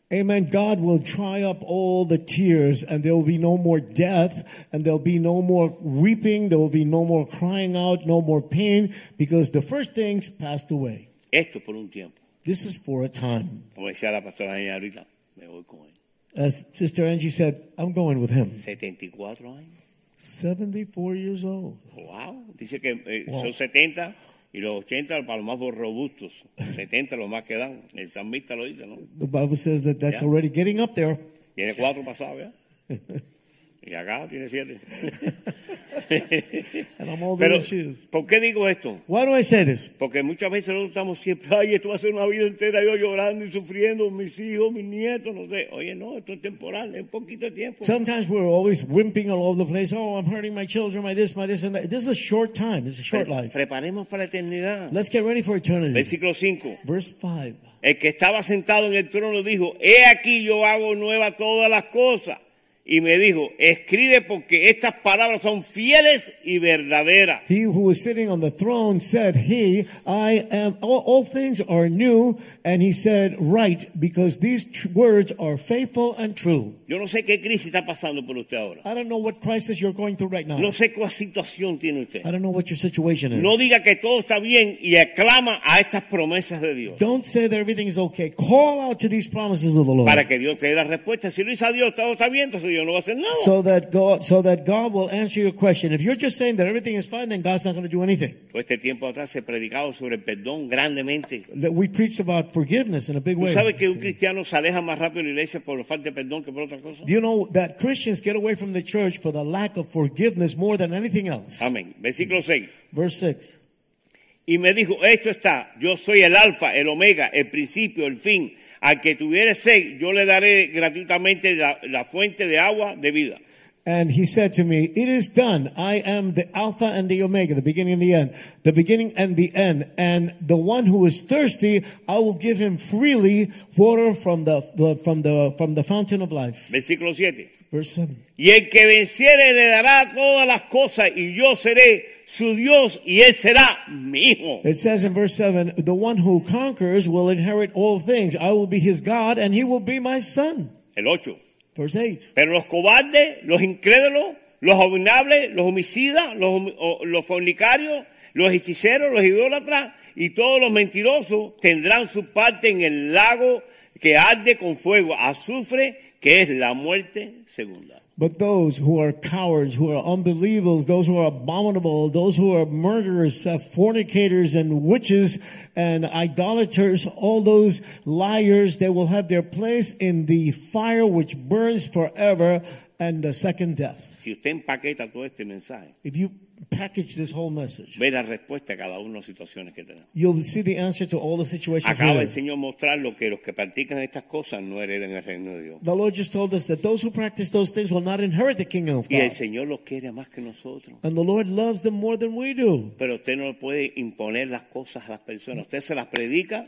C: Amen. God will dry up all the tears, and there will be no more death, and there'll be no more weeping, there will be no more crying out, no more pain, because the first things passed away.
B: Esto por un tiempo.
C: This is for a time.
B: Como decía la pastora Daniela ahorita, me voy con él.
C: As Sister Angie said, I'm going with him.
B: 74 años.
C: 74 years old.
B: Wow. Dice que eh,
C: Wow.
B: son 70 y los 80 para los más robustos. 70 los más que dan. El salmista lo dice, ¿no?
C: The Bible says that that's
B: Yeah.
C: already getting up there.
B: Tiene cuatro pasados, ¿ya? Y acá tiene siete.
C: And I'm older
B: Pero,
C: than she is.
B: ¿por qué digo esto?
C: Why do I say this?
B: Porque muchas veces nosotros estamos siempre, ay, esto va a ser una vida entera, yo llorando y sufriendo, mis hijos, mis nietos, no sé. Oye, no, esto es temporal, es poquito tiempo.
C: Sometimes we're always whimpering all over the place. Oh, I'm hurting my children, my this, my this, and that. This is a short time. It's a
B: Pre-
C: short life.
B: Preparemos para la eternidad.
C: Let's get ready for eternity.
B: Versículo 5.
C: Verse 5.
B: El que estaba sentado en el trono dijo, he aquí yo hago nueva todas las cosas. Y me dijo, escribe porque estas palabras son fieles y verdaderas.
C: He who was sitting on the throne said, He, I am, all, all things are new. And he said, Right, because these tr- words are faithful and true.
B: Yo no sé qué crisis está pasando por usted ahora.
C: I don't know what crisis you're going through right now.
B: No sé cuál situación tiene usted.
C: I don't know what your situation is.
B: No diga que todo está bien y aclama a estas promesas de Dios.
C: Don't say that everything is okay. Call out to these promises of the Lord.
B: Para que Dios te dé la respuesta. Si lo hizo a Dios, todo está bien, entonces Dios no va a hacer nada.
C: So that God, so that God will answer your question. If you're just saying that everything is fine, then God's not going to do anything.
B: Todo este tiempo atrás se predicaba sobre el perdón grandemente.
C: That we preached about forgiveness in a big
B: ¿Tú
C: way.
B: sabes que un cristiano se aleja más rápido de la iglesia por falta de perdón que por otra cosa?
C: Do you know that Christians get away from the church for the lack of forgiveness more than anything else?
B: Amén. Versículo 6.
C: Verse six.
B: Y me dijo, esto está, yo soy el alfa, el omega, el principio, el fin. Al que tuviere sed, yo le daré gratuitamente la, la fuente de agua de vida.
C: And he said to me, It is done. I am the Alpha and the Omega, the beginning and the end, the beginning and the end. And the one who is thirsty, I will give him freely water from the, from the, from the fountain of life.
B: Versículo 7.
C: Verse 7.
B: Y el que venciere le dará todas las cosas y yo seré su Dios y él será mi hijo.
C: It says in verse 7 The one who conquers will inherit all things. I will be his God, and he will be my son.
B: El 8.
C: Verse 8.
B: Pero los cobardes, los incrédulos, los abominables, los homicidas, los, homi- o- los fornicarios, los hechiceros, los idólatras y todos los mentirosos tendrán su parte en el lago que arde con fuego, azufre, que es la muerte segunda.
C: But those who are cowards, who are unbelievers, those who are abominable, those who are murderers, uh, fornicators, and witches, and idolaters, all those liars, they will have their place in the fire which burns forever and the second death.
B: Si usted empaqueta todo este mensaje,
C: If you package this whole message,
B: ve la respuesta a cada una de las situaciones que tenemos.
C: you'll see the answer to all the situations.
B: Acaba el
C: here.
B: Señor mostrar lo que los que practican estas cosas no hereden el reino de Dios.
C: The Lord just told us that those who practice those things will not inherit the kingdom of
B: Y el
C: God.
B: Señor los quiere más que nosotros.
C: And the Lord loves them more than we do.
B: Pero usted no puede imponer las cosas a las personas. Usted se las predica,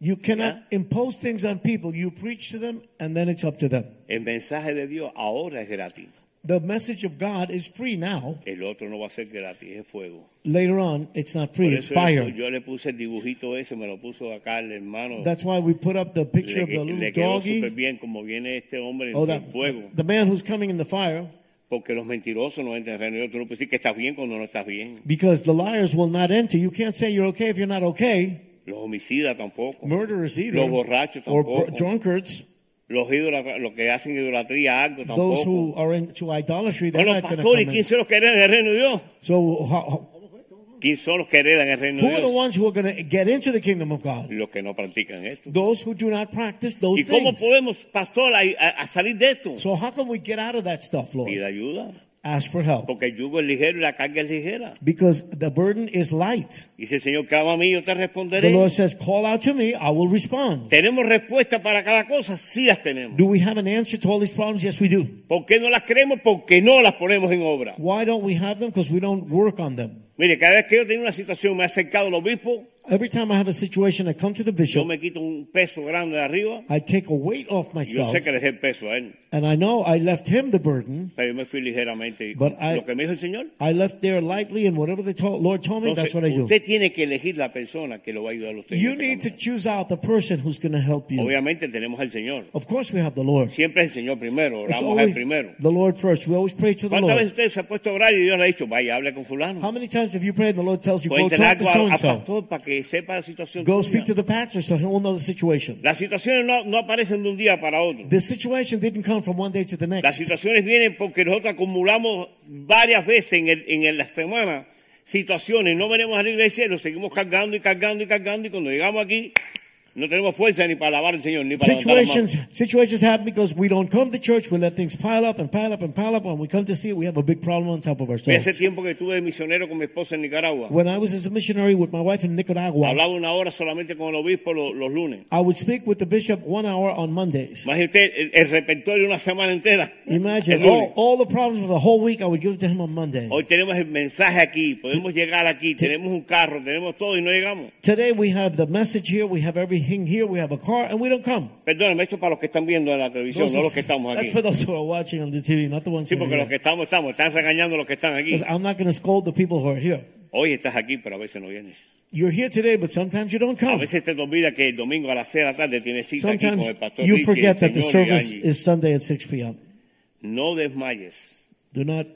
C: You cannot
B: Yeah.
C: impose things on people. You preach to them, and then it's up to them.
B: el mensaje de Dios ahora es gratis.
C: The message of God is free now.
B: El otro no va a ser gratis, es fuego.
C: Later on, it's not free,
B: Por
C: it's
B: eso yo,
C: fire.
B: yo le puse el dibujito ese, me lo puso acá el hermano.
C: That's why we put up the picture
B: Le,
C: of the little
B: le quedó súper
C: doggy.
B: bien como viene este hombre en
C: Oh,
B: el
C: that,
B: fuego.
C: the man who's coming in the fire.
B: Porque los mentirosos no entran en el reino de Dios. Tú no puedes decir que estás bien cuando no estás bien.
C: Because the liars will not enter. You can't say you're okay if you're not okay.
B: Los homicidas tampoco.
C: Murderers either.
B: Los borrachos
C: or
B: tampoco.
C: br- drunkards.
B: Los, idolatra- los que hacen idolatría a algo tampoco.
C: Those who are into idolatry, they're
B: Bueno,
C: not going to
B: pastores, ¿quién son los que heredan el reino de Dios?
C: So how,
B: ¿Quién son los que heredan el reino
C: Who
B: de
C: are the
B: Dios?
C: ones who are going to get into the kingdom of God?
B: Los que no practican esto.
C: Those who do not practice those
B: ¿Y cómo
C: things.
B: podemos, pastor, a, a- a salir de esto?
C: So how can we get out of that stuff, Lord?
B: Pida ayuda,
C: Ask for help.
B: porque el yugo es ligero y la carga es ligera.
C: Because the burden is light.
B: Dice el Señor, clama a mí, yo te
C: The
B: responderé.
C: Lord says, call out to me, I will respond.
B: ¿Tenemos respuesta para cada cosa? Sí las tenemos.
C: Do we have an answer to all these problems? Yes, we do.
B: ¿Por qué no las creemos? Porque no las ponemos en obra.
C: Why don't we have them? Because we don't work on them.
B: Mire, cada vez que yo tengo una situación, me ha acercado el obispo
C: Every time I have a situation, I come to the
B: Yo
C: bishop.
B: me quito un peso grande de arriba.
C: I take a weight off
B: y Yo
C: myself,
B: sé que le dejé el peso a él,
C: and I know I left him the burden.
B: pero yo me fui ligeramente. Y
C: But I-
B: lo que me dijo el Señor.
C: I left there lightly, and whatever the to- Lord told me,
B: Entonces,
C: that's what I do.
B: usted tiene que elegir la persona que lo va a ayudar a usted. en
C: You
B: este
C: need to
B: camino.
C: choose out the person who's going to help you.
B: Obviamente tenemos al Señor.
C: Of course, we have the Lord.
B: Siempre es el Señor primero.
C: It's
B: Oramos al
C: always
B: primero.
C: the Lord first. We always pray to the
B: ¿Cuántas veces
C: Lord.
B: usted se ha puesto a orar y Dios le ha dicho, vaya, hable con fulano?
C: How many times have you prayed and the Lord tells you, go
B: Cuéntale
C: talk
B: algo
C: to so
B: a- a,
C: and so?
B: pastor para que sepa la situación. tuya.
C: Go speak to the pastor so he'll know the situation.
B: Las situaciones no, no aparecen de un día para otro.
C: The situation didn't come from one day to the
B: Las
C: next.
B: situaciones vienen porque nosotros acumulamos varias veces en, el, en el- la semana situaciones. No venimos a la iglesia y lo seguimos cargando y cargando y cargando. Y cuando llegamos aquí, no tenemos fuerza ni para alabar al Señor, ni para levantar la mano.
C: Situations situations happen because we don't come to church. We let things pile up and pile up and pile up. When we come to see it, we have a big problem on top of
B: Y Hace
C: ourselves.
B: tiempo que estuve de misionero con mi esposa en Nicaragua.
C: When I was as a missionary with my wife in Nicaragua,
B: Hablaba una hora solamente con el obispo lo- los lunes.
C: I would speak with the bishop one hour on Mondays.
B: Imagine usted el, el repertorio una semana entera.
C: Imagine Oh,
B: El lunes.
C: all, all the problems for the whole week, I would give it to him on Monday.
B: Hoy tenemos el mensaje aquí, podemos llegar aquí, tenemos un carro, tenemos todo y no llegamos.
C: Today we have the message here, we have everything here, we have a car, and we don't come.
B: Perdóname, esto es para los que están viendo en la televisión,
C: Those
B: no
C: are-
B: los que estamos aquí.
C: That's for those who are watching on the TV, not the ones
B: Sí,
C: who are
B: porque los que
C: here.
B: estamos, estamos, están regañando a los que están aquí.
C: 'Cause I'm not going to scold the people who are here.
B: Hoy estás aquí, pero a veces no vienes.
C: You're here today, but sometimes you don't
B: A
C: come.
B: veces te olvida que el domingo a las 6 de la tarde tienes cita aquí
C: Sometimes
B: con el pastor
C: you
B: Ricky, el
C: forget that the
B: Señor y
C: service
B: Angie.
C: is Sunday at 6 p.m.
B: No desmayes,
C: Do not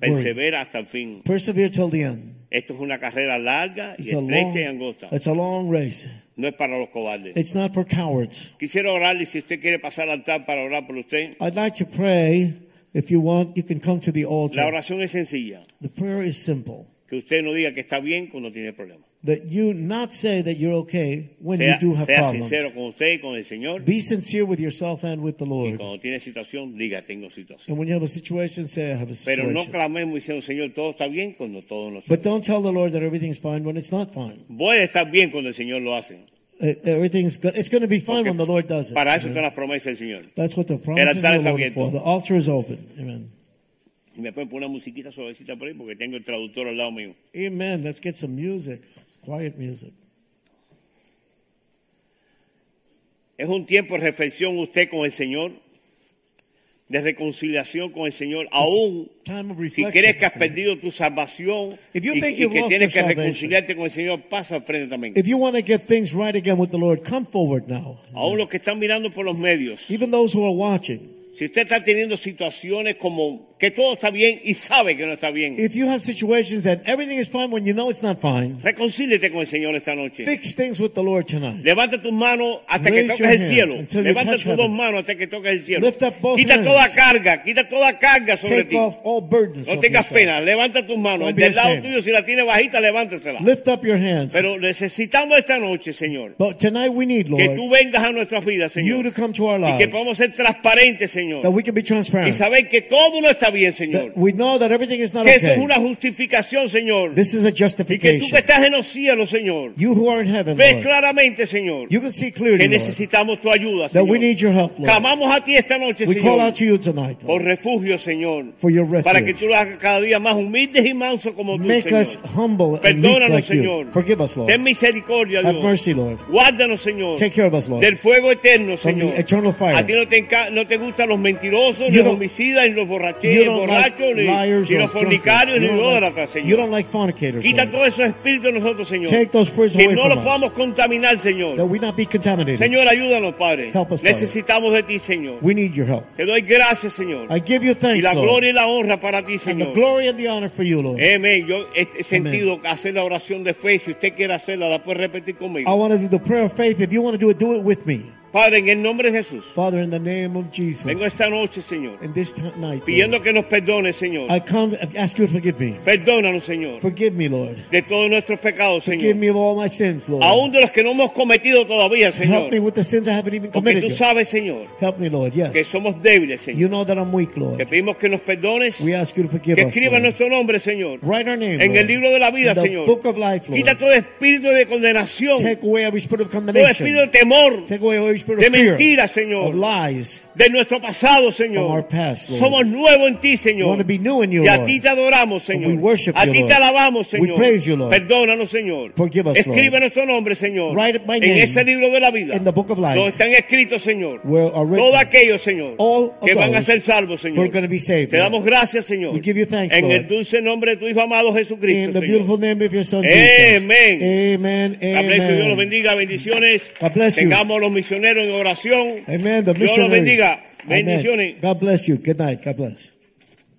C: worry.
B: persevera hasta el fin.
C: Persevere till the end.
B: Esto es una carrera larga y
C: It's a
B: estrecha y
C: long,
B: angosta.
C: it's a long race.
B: No es para los cobardes.
C: It's not for cowards.
B: Quisiera orarle si usted quiere pasar al altar para orar por usted.
C: I'd like to pray. If you want, you can come to the
B: La
C: altar.
B: oración es sencilla.
C: The prayer is simple.
B: Que usted no diga que está bien cuando tiene problemas.
C: That you not say that you're okay when
B: Sea,
C: you do have
B: sea
C: problems.
B: sincero con usted y con el Señor.
C: Be sincere with yourself and with the
B: Y
C: Lord.
B: cuando tiene situación, diga, tengo situación.
C: And when you have a situation, say, I have a
B: Pero no
C: situation.
B: clamemos diciendo, Señor, todo está bien cuando todo no está
C: But don't tell the Lord that everything's fine when it's not fine.
B: Voy a estar bien cuando el Señor lo hace.
C: Uh, Everything's good. It's going to be fine
B: Porque
C: when the Lord does it.
B: Para eso
C: Amen.
B: están las promesas del Señor.
C: That's what the
B: altar
C: promises of the
B: está
C: Lord are for.
B: abierto.
C: The altar is open. Amen.
B: Y me pueden poner una musiquita suavecita por ahí porque tengo el traductor al lado mío.
C: Amen. Let's get some music. Quiet music.
B: Es un tiempo de reflexión usted con el Señor, de reconciliación con el Señor, aún
C: Time of
B: si
C: reflection.
B: crees que has perdido tu salvación y,
C: If you think
B: y
C: you've
B: que
C: lost
B: tienes que
C: your salvation.
B: reconciliarte con el Señor, pasa al frente también.
C: If you want to get things right again with the Lord, come forward now.
B: Aún los que están mirando por los medios,
C: Even those who are watching.
B: si usted está teniendo situaciones como que todo está bien y sabe que no está bien,
C: If you have situations that everything is fine when you know it's not fine,
B: reconcíliate con el Señor esta noche.
C: fix things with the Lord tonight.
B: Levanta tus manos hasta que
C: Raise
B: toques
C: your
B: el
C: hands
B: cielo.
C: until you
B: Levanta
C: touch
B: tus dos
C: heaven.
B: manos hasta que toques el cielo.
C: Lift up both
B: Quita
C: hands.
B: toda carga, quita toda carga sobre
C: Take
B: ti.
C: off all burdens.
B: No
C: off
B: tengas
C: yourself.
B: pena, levanta tus manos.
C: Don't
B: El
C: be
B: del lado
C: ashamed.
B: tuyo, si la tiene bajita, levántasela.
C: Lift up your hands.
B: Pero necesitamos esta noche, Señor,
C: but tonight we need,
B: que
C: Lord,
B: tú vengas a nuestras vidas,
C: you to
B: Señor.
C: come to our
B: Y que
C: lives.
B: podamos ser transparentes,
C: That
B: Señor.
C: we can be
B: Y
C: transparent.
B: saber que todo no está bien, Señor.
C: That we know that everything is not
B: Que eso es
C: okay.
B: una justificación, Señor.
C: This is
B: Y que
C: a
B: tú que
C: justification.
B: estás en los cielos, Señor,
C: You who are in heaven,
B: ves
C: Lord,
B: claramente, Señor,
C: you can see
B: que
C: clearly, Lord,
B: necesitamos tu ayuda,
C: that
B: Señor.
C: we need your help, Lord.
B: Clamamos a ti esta noche,
C: We call
B: Señor,
C: out to you tonight,
B: por
C: Lord,
B: refugio, Señor,
C: for your
B: para que tú
C: refuge.
B: lo hagas cada día más humildes y mansos como tú,
C: Make
B: Señor.
C: us humble and meek
B: Perdónanos,
C: like you.
B: Señor.
C: Forgive us, Lord.
B: Ten misericordia,
C: Have
B: Dios.
C: mercy, Lord.
B: Guárdanos, Señor.
C: Take care of us, Lord.
B: Del fuego eterno,
C: From the
B: Señor.
C: eternal fire.
B: A ti no te, enca- no te gustan los mentirosos, ni
C: You
B: los
C: don't-
B: homicidas, ni los
C: You
B: borracheros,
C: don't like
B: borrachos, ni,
C: liars
B: ni
C: or
B: los fornicarios,
C: drunkards.
B: ni
C: You
B: los
C: don't
B: idólatras,
C: like- You
B: Señor.
C: don't like fornicators,
B: Quita
C: Lord.
B: todo eso espíritu de nosotros, Señor.
C: Take those spirits
B: que
C: away
B: no
C: from
B: los
C: us.
B: podamos contaminar,
C: that
B: Señor.
C: we not be contaminated.
B: Señor, ayúdanos, Padre.
C: Help us, Father.
B: Necesitamos de ti, Señor.
C: we need your help.
B: Te doy gracias, Señor.
C: I give you
B: Y
C: thanks,
B: la
C: Lord,
B: gloria y la honra para ti,
C: and the
B: Señor.
C: glory and the honor for you, Lord.
B: Amén. Yo he he sentido hacer la oración de fe. Si usted quiere hacerla, la puede repetir
C: I
B: conmigo.
C: want to do the prayer of faith. If you want to do it, do it with me.
B: Padre, en el nombre de Jesús,
C: Father, in the name of
B: vengo
C: Jesus,
B: esta noche, Señor,
C: in this t- night, Lord,
B: pidiendo que nos perdone, Señor.
C: I come and ask you to forgive me.
B: Perdónanos, Señor,
C: Forgive me, Lord.
B: de todos nuestros pecados,
C: Forgive
B: Señor.
C: me of all my sins, Lord.
B: Aún de los que no hemos cometido todavía,
C: Help
B: Señor.
C: me with the sins I haven't even
B: Porque
C: committed.
B: tú
C: yet.
B: sabes, Señor,
C: Help me, Lord,
B: que
C: yes.
B: somos débiles,
C: You
B: Señor.
C: know that I'm weak,
B: Te
C: Lord.
B: pedimos que nos perdones,
C: We
B: que
C: ask you to forgive us.
B: escriba
C: Lord.
B: nuestro nombre, Señor,
C: Write our name
B: en el
C: Lord,
B: libro de la vida,
C: in the
B: Señor.
C: book of life, Lord.
B: Quita todo espíritu de condenación,
C: Take away every spirit of
B: todo espíritu de
C: condemnation.
B: temor,
C: Take away every spirit
B: de
C: of fear,
B: mentiras, Señor.
C: of lies.
B: de nuestro pasado,
C: Of
B: Señor.
C: our past, Lord.
B: Somos nuevos en ti,
C: We want
B: Señor.
C: to be new in you,
B: Y a
C: Lord.
B: ti te adoramos, Señor.
C: we worship
B: a
C: you,
B: ti
C: Lord.
B: te alabamos,
C: We
B: Señor.
C: praise you, Lord.
B: Perdónanos, Señor.
C: Forgive us,
B: Escribe
C: Lord.
B: nuestro nombre, Señor.
C: Write my
B: en
C: name
B: ese libro de la vida.
C: in the book of life.
B: Donde están escritos, Señor.
C: Where are written
B: Todos aquellos, Señor,
C: all of
B: que van a
C: those
B: ser salvos,
C: who
B: Señor.
C: are going to be saved.
B: te
C: Lord.
B: damos gracias, Señor.
C: We give you thanks,
B: en
C: Lord.
B: el dulce nombre de tu Hijo amado
C: in
B: Jesucristo,
C: the beautiful
B: Señor.
C: name of your son
B: Amen.
C: Jesus. Amen.
B: God bless you. Dios los
C: Amen.
B: bendiga. Bendiciones.
C: God bless you.
B: Tengamos los misioneros en oración.
C: Amen. The
B: Dios los
C: missionaries.
B: bendiga.
C: Amen.
B: Bendiciones.
C: God bless you. Good night. God bless.